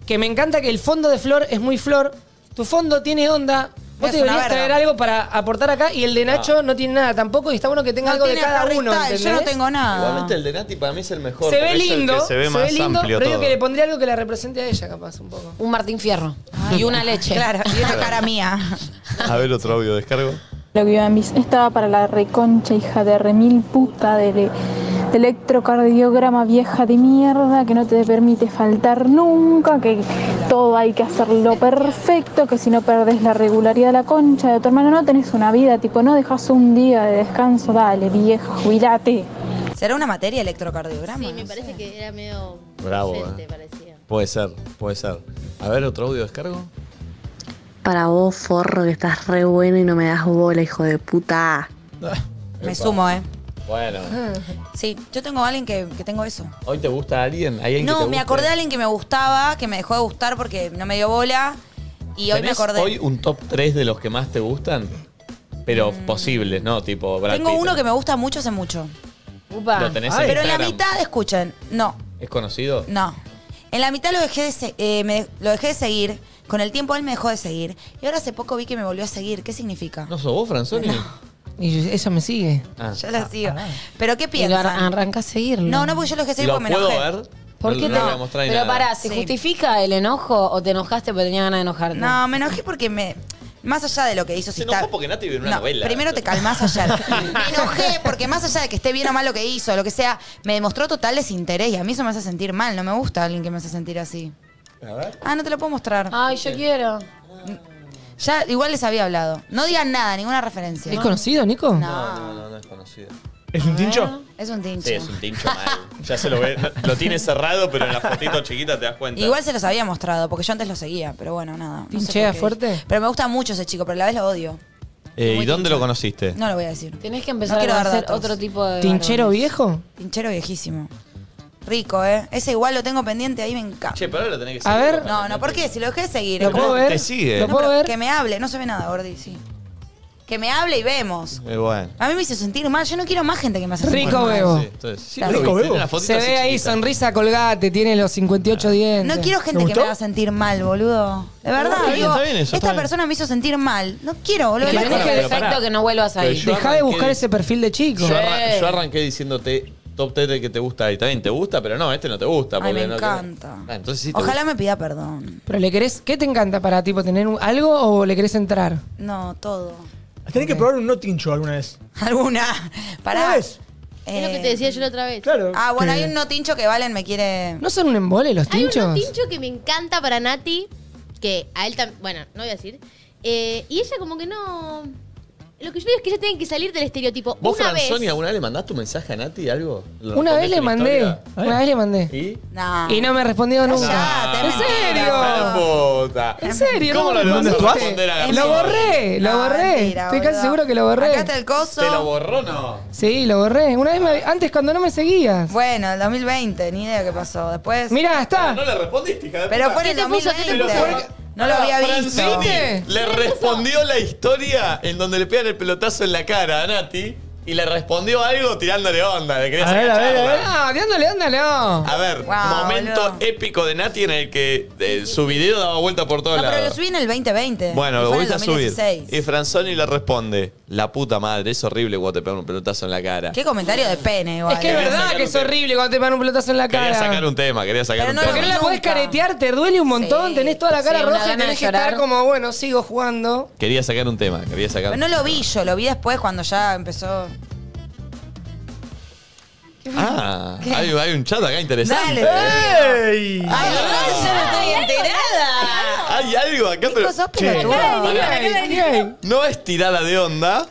Speaker 4: que me encanta que el fondo de Flor es muy Flor. Tu fondo tiene onda. Vos
Speaker 3: Es
Speaker 4: te
Speaker 3: una
Speaker 4: deberías
Speaker 3: verga.
Speaker 4: traer algo para aportar acá y el
Speaker 1: Ah.
Speaker 4: de Nacho no tiene nada tampoco y está bueno que tenga
Speaker 3: No
Speaker 4: algo de
Speaker 3: tiene
Speaker 4: cada
Speaker 3: Harry
Speaker 4: uno.
Speaker 3: Styles, yo no
Speaker 4: ¿entendés?
Speaker 3: tengo nada.
Speaker 1: Igualmente el de Nati para mí es el mejor.
Speaker 4: Se
Speaker 1: porque
Speaker 4: ve
Speaker 1: es el que
Speaker 4: lindo,
Speaker 1: Se ve
Speaker 4: se
Speaker 1: más
Speaker 4: ve lindo,
Speaker 1: amplio
Speaker 4: pero digo
Speaker 1: todo.
Speaker 4: que le pondría algo que la represente a ella capaz un poco.
Speaker 2: Un Martín Fierro.
Speaker 3: Y una leche. Claro, y una cara mía.
Speaker 1: A ver otro audio, descargo.
Speaker 6: Lo que iba a mis estaba para la reconcha, hija de remil puta, de, de electrocardiograma vieja de mierda, que no te permite faltar nunca, que todo hay que hacerlo perfecto, que si no perdés la regularidad de la concha de tu hermano, no tenés una vida, tipo, no dejas un día de descanso, dale, vieja, jubilate.
Speaker 3: ¿Será una materia electrocardiograma?
Speaker 5: Sí, me parece que era medio.
Speaker 1: Bravo,
Speaker 5: inocente,
Speaker 1: eh.
Speaker 5: parecía.
Speaker 1: Puede ser, puede ser. A ver otro audio, descargo.
Speaker 22: Para vos, forro, que estás re bueno y no me das bola, hijo de puta.
Speaker 3: Me sumo, ¿eh?
Speaker 1: Bueno,
Speaker 3: Sí, yo tengo a alguien que, que tengo eso.
Speaker 1: ¿hoy te gusta alguien? ¿Hay alguien que te
Speaker 3: No, me
Speaker 1: guste?
Speaker 3: acordé de alguien que me gustaba, que me dejó de gustar porque no me dio bola. Y hoy me
Speaker 1: ¿Tenés
Speaker 3: acordé.
Speaker 1: hoy un top 3 de los que más te gustan? Pero posibles, ¿no? Tipo Brad
Speaker 3: Mm. tengo
Speaker 1: Pitt.
Speaker 3: uno que me gusta mucho hace mucho.
Speaker 1: ¿Lo tenés en
Speaker 3: Pero en la
Speaker 1: Ah, Instagram?
Speaker 3: mitad, escuchen, no,
Speaker 1: ¿Es conocido?
Speaker 3: no. En la mitad lo dejé de, se- eh, me de- lo dejé de seguir. Con el tiempo él me dejó de seguir. Y ahora hace poco vi que me volvió a seguir. ¿Qué significa?
Speaker 1: ¿No sos vos, Franzoni?
Speaker 4: Y ella me sigue.
Speaker 1: Ah.
Speaker 3: Yo lo sigo. ¿Pero qué piensan?
Speaker 2: ar- arranca a seguirlo.
Speaker 3: No, no, porque yo lo dejé seguir
Speaker 1: ¿Lo
Speaker 3: porque me
Speaker 1: puedo
Speaker 3: enojé.
Speaker 1: ver?
Speaker 2: ¿Por
Speaker 1: No
Speaker 2: qué
Speaker 1: le voy a
Speaker 2: no?
Speaker 1: mostrar ni
Speaker 2: Pero
Speaker 1: nada.
Speaker 2: pará, ¿se justifica el enojo o te enojaste porque tenías ganas de enojarte?
Speaker 3: No, me enojé porque me... Más allá de lo que hizo,
Speaker 1: Se
Speaker 3: si está...
Speaker 1: enojó porque Nati vive en una
Speaker 3: No,
Speaker 1: novela.
Speaker 3: primero te calmás ayer. Me enojé porque más allá de que esté bien o mal lo que hizo, lo que sea, me demostró total desinterés y a mí eso me hace sentir mal. No me gusta alguien que me hace sentir así.
Speaker 1: A ver.
Speaker 3: Ah, no te lo puedo mostrar.
Speaker 2: Ay, yo quiero.
Speaker 3: Ya, igual les había hablado. No digan nada, ninguna referencia.
Speaker 4: ¿Es conocido, Nico?
Speaker 1: No, no, no, no es conocido.
Speaker 3: Ah.
Speaker 7: ¿Es un tincho?
Speaker 3: Es un tincho.
Speaker 1: Sí, es un tincho mal. Ya se lo ve. Lo tiene cerrado, pero en la fotito chiquita te das cuenta.
Speaker 3: Igual se los había mostrado, porque yo antes lo seguía, pero bueno, nada. no sé
Speaker 4: ¿Tinchea
Speaker 3: por qué.
Speaker 4: fuerte?
Speaker 3: Pero me gusta mucho ese chico, pero a la vez lo odio.
Speaker 1: Eh, ¿Y dónde lo conociste?
Speaker 3: No lo voy a decir.
Speaker 2: Tenés que empezar
Speaker 3: No quiero
Speaker 2: a
Speaker 3: dar
Speaker 2: hacer
Speaker 3: datos.
Speaker 2: otro tipo de.
Speaker 4: ¿Tinchero
Speaker 2: varones.
Speaker 4: viejo?
Speaker 3: Tinchero viejísimo. Rico, ¿eh? Ese igual lo tengo pendiente, ahí me encanta.
Speaker 1: Che, pero ahora lo tenés que
Speaker 4: A
Speaker 1: seguir.
Speaker 4: ver.
Speaker 3: No, no, ¿por qué? Si lo dejé de seguir.
Speaker 1: ¿Lo
Speaker 3: ¿cómo?
Speaker 1: puedo ver? Te sigue. ¿Lo
Speaker 3: No,
Speaker 1: puedo
Speaker 3: pero
Speaker 1: ver?
Speaker 3: Que me hable, no se ve nada, Gordi, sí. Que me hable y vemos.
Speaker 1: Muy Eh, bueno.
Speaker 3: A mí me hizo sentir mal, yo no quiero más gente que me hace sentir
Speaker 4: Rico
Speaker 3: mal.
Speaker 4: bebo.
Speaker 1: Sí, entonces, sí,
Speaker 4: Rico
Speaker 1: lo viste,
Speaker 4: bebo.
Speaker 1: tiene la fotito
Speaker 4: Se
Speaker 1: así
Speaker 4: ve ahí
Speaker 1: chiquita.
Speaker 4: sonrisa colgate, tiene los 58 dientes.
Speaker 3: No quiero gente que me haga sentir mal, boludo. De verdad,
Speaker 4: Está bien,
Speaker 3: digo,
Speaker 4: está bien eso, está
Speaker 3: esta
Speaker 4: bien.
Speaker 3: persona me hizo sentir mal. No quiero, boludo.
Speaker 2: Que
Speaker 3: no
Speaker 2: tenés
Speaker 3: quiero.
Speaker 2: que perfecto que no vuelvas ahí.
Speaker 1: Pero yo
Speaker 4: Deja de
Speaker 1: arranqué
Speaker 4: buscar
Speaker 1: de-
Speaker 4: ese perfil de chico.
Speaker 1: Yo, arran- yo arranqué diciéndote top 3 del que te gusta. Y también te gusta, pero no, este no te gusta.
Speaker 3: Ay, me
Speaker 1: porque no-
Speaker 3: encanta.
Speaker 1: Ah, entonces sí te
Speaker 3: Ojalá me pida perdón.
Speaker 4: Pero le querés, ¿qué te encanta para tipo tener un- algo o le querés entrar?
Speaker 3: No, todo.
Speaker 7: Tenés que probar un no tincho alguna vez.
Speaker 3: ¿Alguna? Pará.
Speaker 5: Es
Speaker 4: Eh,
Speaker 5: lo que te decía yo la otra vez.
Speaker 7: Claro.
Speaker 3: Ah, bueno,
Speaker 7: Que-
Speaker 3: hay un no tincho que Valen me quiere.
Speaker 4: ¿No son un embole los
Speaker 5: Hay
Speaker 4: tinchos?
Speaker 5: un tincho que me encanta para Nati, que a él también, bueno, no voy a decir. Eh, y ella como que no... Lo que yo digo es que ella tiene que salir del estereotipo.
Speaker 1: ¿Vos,
Speaker 5: Una
Speaker 1: Franzoni,
Speaker 5: vez...
Speaker 1: alguna vez le mandaste un mensaje a Nati algo? ¿Lo
Speaker 4: Una
Speaker 1: respondiste
Speaker 4: vez le
Speaker 1: en
Speaker 4: mandé.
Speaker 1: historia?
Speaker 4: Una vez le mandé.
Speaker 1: ¿Y?
Speaker 3: No.
Speaker 4: Y no me respondió nunca.
Speaker 1: Nah,
Speaker 4: ¿En
Speaker 1: hija
Speaker 4: serio?
Speaker 1: de puta.
Speaker 4: ¿En serio?
Speaker 1: ¿Cómo lo
Speaker 4: le
Speaker 1: vas a
Speaker 4: mandaste?
Speaker 1: responder a
Speaker 4: Lo
Speaker 1: Garzón?
Speaker 4: borré, lo
Speaker 3: No,
Speaker 4: borré.
Speaker 3: mentira,
Speaker 4: Estoy casi
Speaker 3: boludo.
Speaker 4: seguro que lo borré.
Speaker 3: Acá está el coso.
Speaker 1: ¿Te lo borró no?
Speaker 4: Sí, lo borré. Una vez me- antes cuando no me seguías.
Speaker 3: Bueno, el 2020, ni idea qué pasó. Después.
Speaker 4: Mirá, está.
Speaker 1: No le respondiste, hija de
Speaker 3: Pero
Speaker 1: puta.
Speaker 3: fue en el
Speaker 1: ¿Qué te puso?
Speaker 3: 2020.
Speaker 1: ¿Qué te puso?
Speaker 3: Porque- No lo
Speaker 1: Ah,
Speaker 3: había visto.
Speaker 1: Franzoni
Speaker 4: ¿Viste?
Speaker 1: Le respondió la historia en donde le pegan el pelotazo en la cara a Nati y le respondió algo tirándole onda. Le querías
Speaker 4: A ver, a ver, a
Speaker 1: agacharla.
Speaker 4: ver. No, Ah, dándole, onda, no.
Speaker 1: A ver,
Speaker 3: Wow,
Speaker 1: momento
Speaker 3: boludo.
Speaker 1: épico de Nati en el que eh, su video daba vuelta por todos
Speaker 3: No, pero lo
Speaker 1: lados.
Speaker 3: subí en el 2020.
Speaker 1: Bueno,
Speaker 3: Y
Speaker 1: lo
Speaker 3: fue en
Speaker 1: volviste a
Speaker 3: el
Speaker 1: subir.
Speaker 3: 2016.
Speaker 1: Y Franzoni le responde: La puta madre, es horrible cuando te pegan un pelotazo en la cara.
Speaker 3: Qué comentario de pene, igual.
Speaker 4: Es que es
Speaker 1: Quería
Speaker 4: verdad
Speaker 1: sacar
Speaker 4: que
Speaker 1: un
Speaker 4: es
Speaker 1: tema.
Speaker 4: horrible cuando te ponen un pelotazo en la
Speaker 1: Quería sacar
Speaker 4: cara.
Speaker 1: un tema, quería sacar
Speaker 3: Pero
Speaker 1: un
Speaker 3: no lo
Speaker 1: tema.
Speaker 4: Porque no la podés
Speaker 3: Nunca.
Speaker 4: caretear, te duele un montón,
Speaker 3: Sí.
Speaker 4: tenés toda la cara
Speaker 2: Sí, una
Speaker 4: roja y
Speaker 2: gana
Speaker 4: tenés
Speaker 2: de
Speaker 4: que estar
Speaker 2: llorar.
Speaker 4: como, bueno, sigo jugando.
Speaker 1: Quería sacar un tema, quería sacar
Speaker 3: Pero
Speaker 1: un
Speaker 3: no lo vi yo, lo vi después cuando ya empezó.
Speaker 1: Ah, hay, hay un chat acá interesante.
Speaker 2: Dale.
Speaker 1: ¡Ey!
Speaker 2: Ay, no, yo no estoy enterada.
Speaker 1: Hay algo acá, pero.
Speaker 2: Nico, sos
Speaker 1: Che,
Speaker 2: pelotudo.
Speaker 1: pará.
Speaker 2: La cara de Nico, la cara de Nico.
Speaker 1: No es tirada de onda.
Speaker 3: No,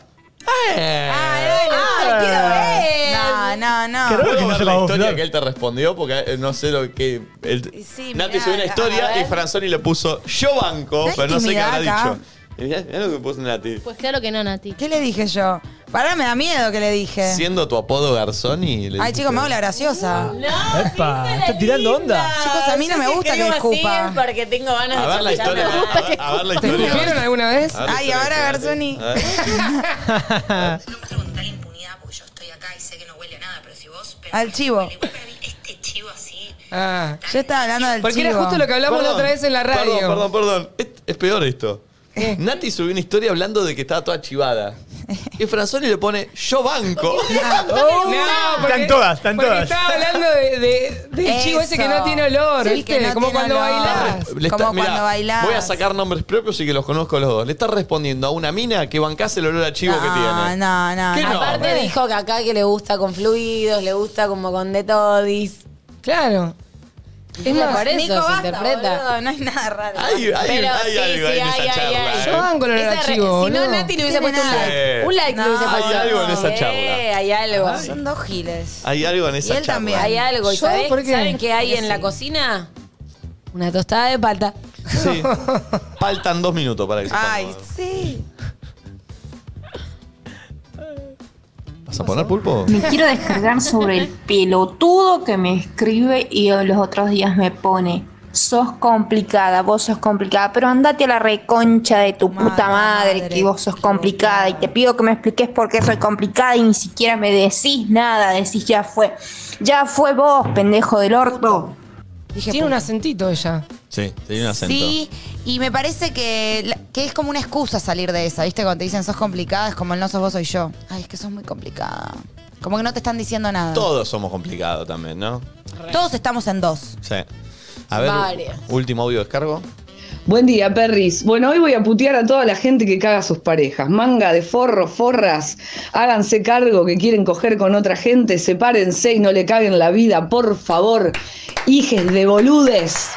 Speaker 3: no, no.
Speaker 1: Ah, ¿Puedo ver la historia que él te respondió? Porque eh, no sé lo que. él-
Speaker 3: Sí,
Speaker 1: Nati
Speaker 3: mirá,
Speaker 1: subió una
Speaker 3: a
Speaker 1: historia
Speaker 3: ver.
Speaker 1: y Franzoni le puso Yo banco,
Speaker 3: Mirá
Speaker 1: pero no sé qué
Speaker 3: intimidad
Speaker 1: habrá
Speaker 3: acá. Eh.
Speaker 1: dicho. Y Mirá, mirá lo que puso Nati.
Speaker 5: Pues claro que no, Nati.
Speaker 3: ¿Qué le dije yo? Pará, me da miedo que le dije.
Speaker 1: Siendo tu apodo Garzoni. le
Speaker 3: Ay,
Speaker 1: dijiste-
Speaker 3: chicos, me hago la graciosa.
Speaker 2: Ah.
Speaker 1: Epa, está tirando onda.
Speaker 3: Chicos, a mí no
Speaker 2: Yo
Speaker 3: me
Speaker 2: sí
Speaker 3: gusta que
Speaker 2: escribo así
Speaker 3: escupa.
Speaker 2: Porque tengo ganas
Speaker 1: A
Speaker 2: de
Speaker 1: ver la
Speaker 2: chapullar.
Speaker 1: historia.
Speaker 2: No me gusta que
Speaker 1: A ver la
Speaker 2: escupa.
Speaker 1: historia. Ah.
Speaker 7: alguna vez?
Speaker 1: A ver la
Speaker 3: Ay,
Speaker 1: historia,
Speaker 3: ahora
Speaker 1: espérate.
Speaker 3: Garzoni.
Speaker 1: A ver.
Speaker 3: Al chivo.
Speaker 7: Ah.
Speaker 3: Yo estaba hablando del
Speaker 7: Porque
Speaker 3: chivo.
Speaker 7: era justo lo que hablamos la
Speaker 1: Perdón,
Speaker 7: otra vez en la radio.
Speaker 1: Perdón, perdón, perdón. Es, es peor esto. Nati subió una historia hablando de que estaba toda chivada. Y Franzoni le pone Yo banco.
Speaker 7: No, porque-
Speaker 1: Están todas, están
Speaker 7: porque
Speaker 1: todas.
Speaker 7: estaba hablando de, de- del chivo ese que
Speaker 3: Eso.
Speaker 7: no tiene olor,
Speaker 3: Sí,
Speaker 7: ¿viste?
Speaker 3: que no
Speaker 7: Como
Speaker 3: tiene
Speaker 7: cuando
Speaker 3: olor.
Speaker 7: bailás.
Speaker 1: Le está-
Speaker 3: Como
Speaker 1: mirá,
Speaker 3: cuando bailás.
Speaker 1: Voy a sacar nombres propios y que los conozco a los dos. Le está respondiendo a una mina que bancase el olor a chivo que tiene.
Speaker 3: Ah, No, no,
Speaker 1: ¿Qué no?
Speaker 2: Aparte dijo que acá que le gusta con fluidos, le gusta como con de todis.
Speaker 7: Claro.
Speaker 2: Es más, por eso
Speaker 3: Nico,
Speaker 2: se
Speaker 3: basta,
Speaker 2: interpreta.
Speaker 3: boludo, no hay nada raro.
Speaker 1: Hay, hay-
Speaker 2: Pero
Speaker 1: hay
Speaker 2: sí,
Speaker 1: algo
Speaker 2: sí,
Speaker 1: en
Speaker 2: hay,
Speaker 1: esa
Speaker 2: hay,
Speaker 1: charla.
Speaker 2: hay.
Speaker 1: ¿eh?
Speaker 7: Yo banco el olor
Speaker 2: Esa
Speaker 7: a
Speaker 2: re-
Speaker 7: chivo,
Speaker 2: Si no,
Speaker 7: boludo.
Speaker 2: Nati le hubiese
Speaker 3: Tiene
Speaker 2: puesto un
Speaker 3: nada.
Speaker 2: like.
Speaker 1: Sí.
Speaker 2: Un like le
Speaker 1: No,
Speaker 2: hubiese
Speaker 1: hay
Speaker 2: puesto.
Speaker 1: algo en esa
Speaker 2: Sí,
Speaker 1: charla.
Speaker 2: hay algo.
Speaker 3: Son dos giles.
Speaker 1: Hay algo en
Speaker 3: Y
Speaker 1: esa
Speaker 3: él
Speaker 1: charla.
Speaker 3: también.
Speaker 2: Hay algo. ¿Y
Speaker 7: Yo,
Speaker 2: sabés-
Speaker 7: ¿por qué?
Speaker 2: saben qué hay en la cocina? Una tostada de palta.
Speaker 1: Sí. Faltan dos minutos para que se
Speaker 3: Ay, sí.
Speaker 1: ponga. ¿Vas a poner pulpo?
Speaker 11: Me quiero descargar sobre el pelotudo que me escribe y los otros días me pone. Sos complicada, vos sos complicada, pero andate a la reconcha de tu puta madre, que vos sos complicada y te pido que me expliques por qué soy complicada y ni siquiera me decís nada, decís ya fue, ya fue vos, pendejo del orto.
Speaker 7: Tiene un acentito ella.
Speaker 1: Sí, tiene un acento.
Speaker 3: Sí, y me parece que, la- que es como una excusa salir de esa, ¿viste? Cuando te dicen sos complicada, es como el no sos vos, soy yo. Ay, es que sos muy complicada. Como que no te están diciendo nada.
Speaker 1: Todos somos complicados también, ¿no?
Speaker 3: Todos estamos en dos.
Speaker 1: Sí. A ver,
Speaker 3: Varias.
Speaker 1: último audio descargo.
Speaker 4: Buen día, Perris. Bueno, hoy voy a putear a toda la gente que caga a sus parejas. Manga de forro, forras, háganse cargo que quieren coger con otra gente, sepárense y no le caguen la vida, por favor. Hijes de boludes.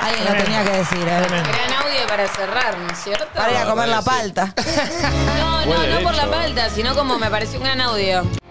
Speaker 3: Alguien lo tenía que decir, a ver.
Speaker 2: Gran audio para cerrar, ¿no es cierto?
Speaker 3: Para ir a comer la palta.
Speaker 2: No, no,
Speaker 3: Huele
Speaker 2: no por
Speaker 3: derecho.
Speaker 2: la palta, sino como me pareció un gran audio.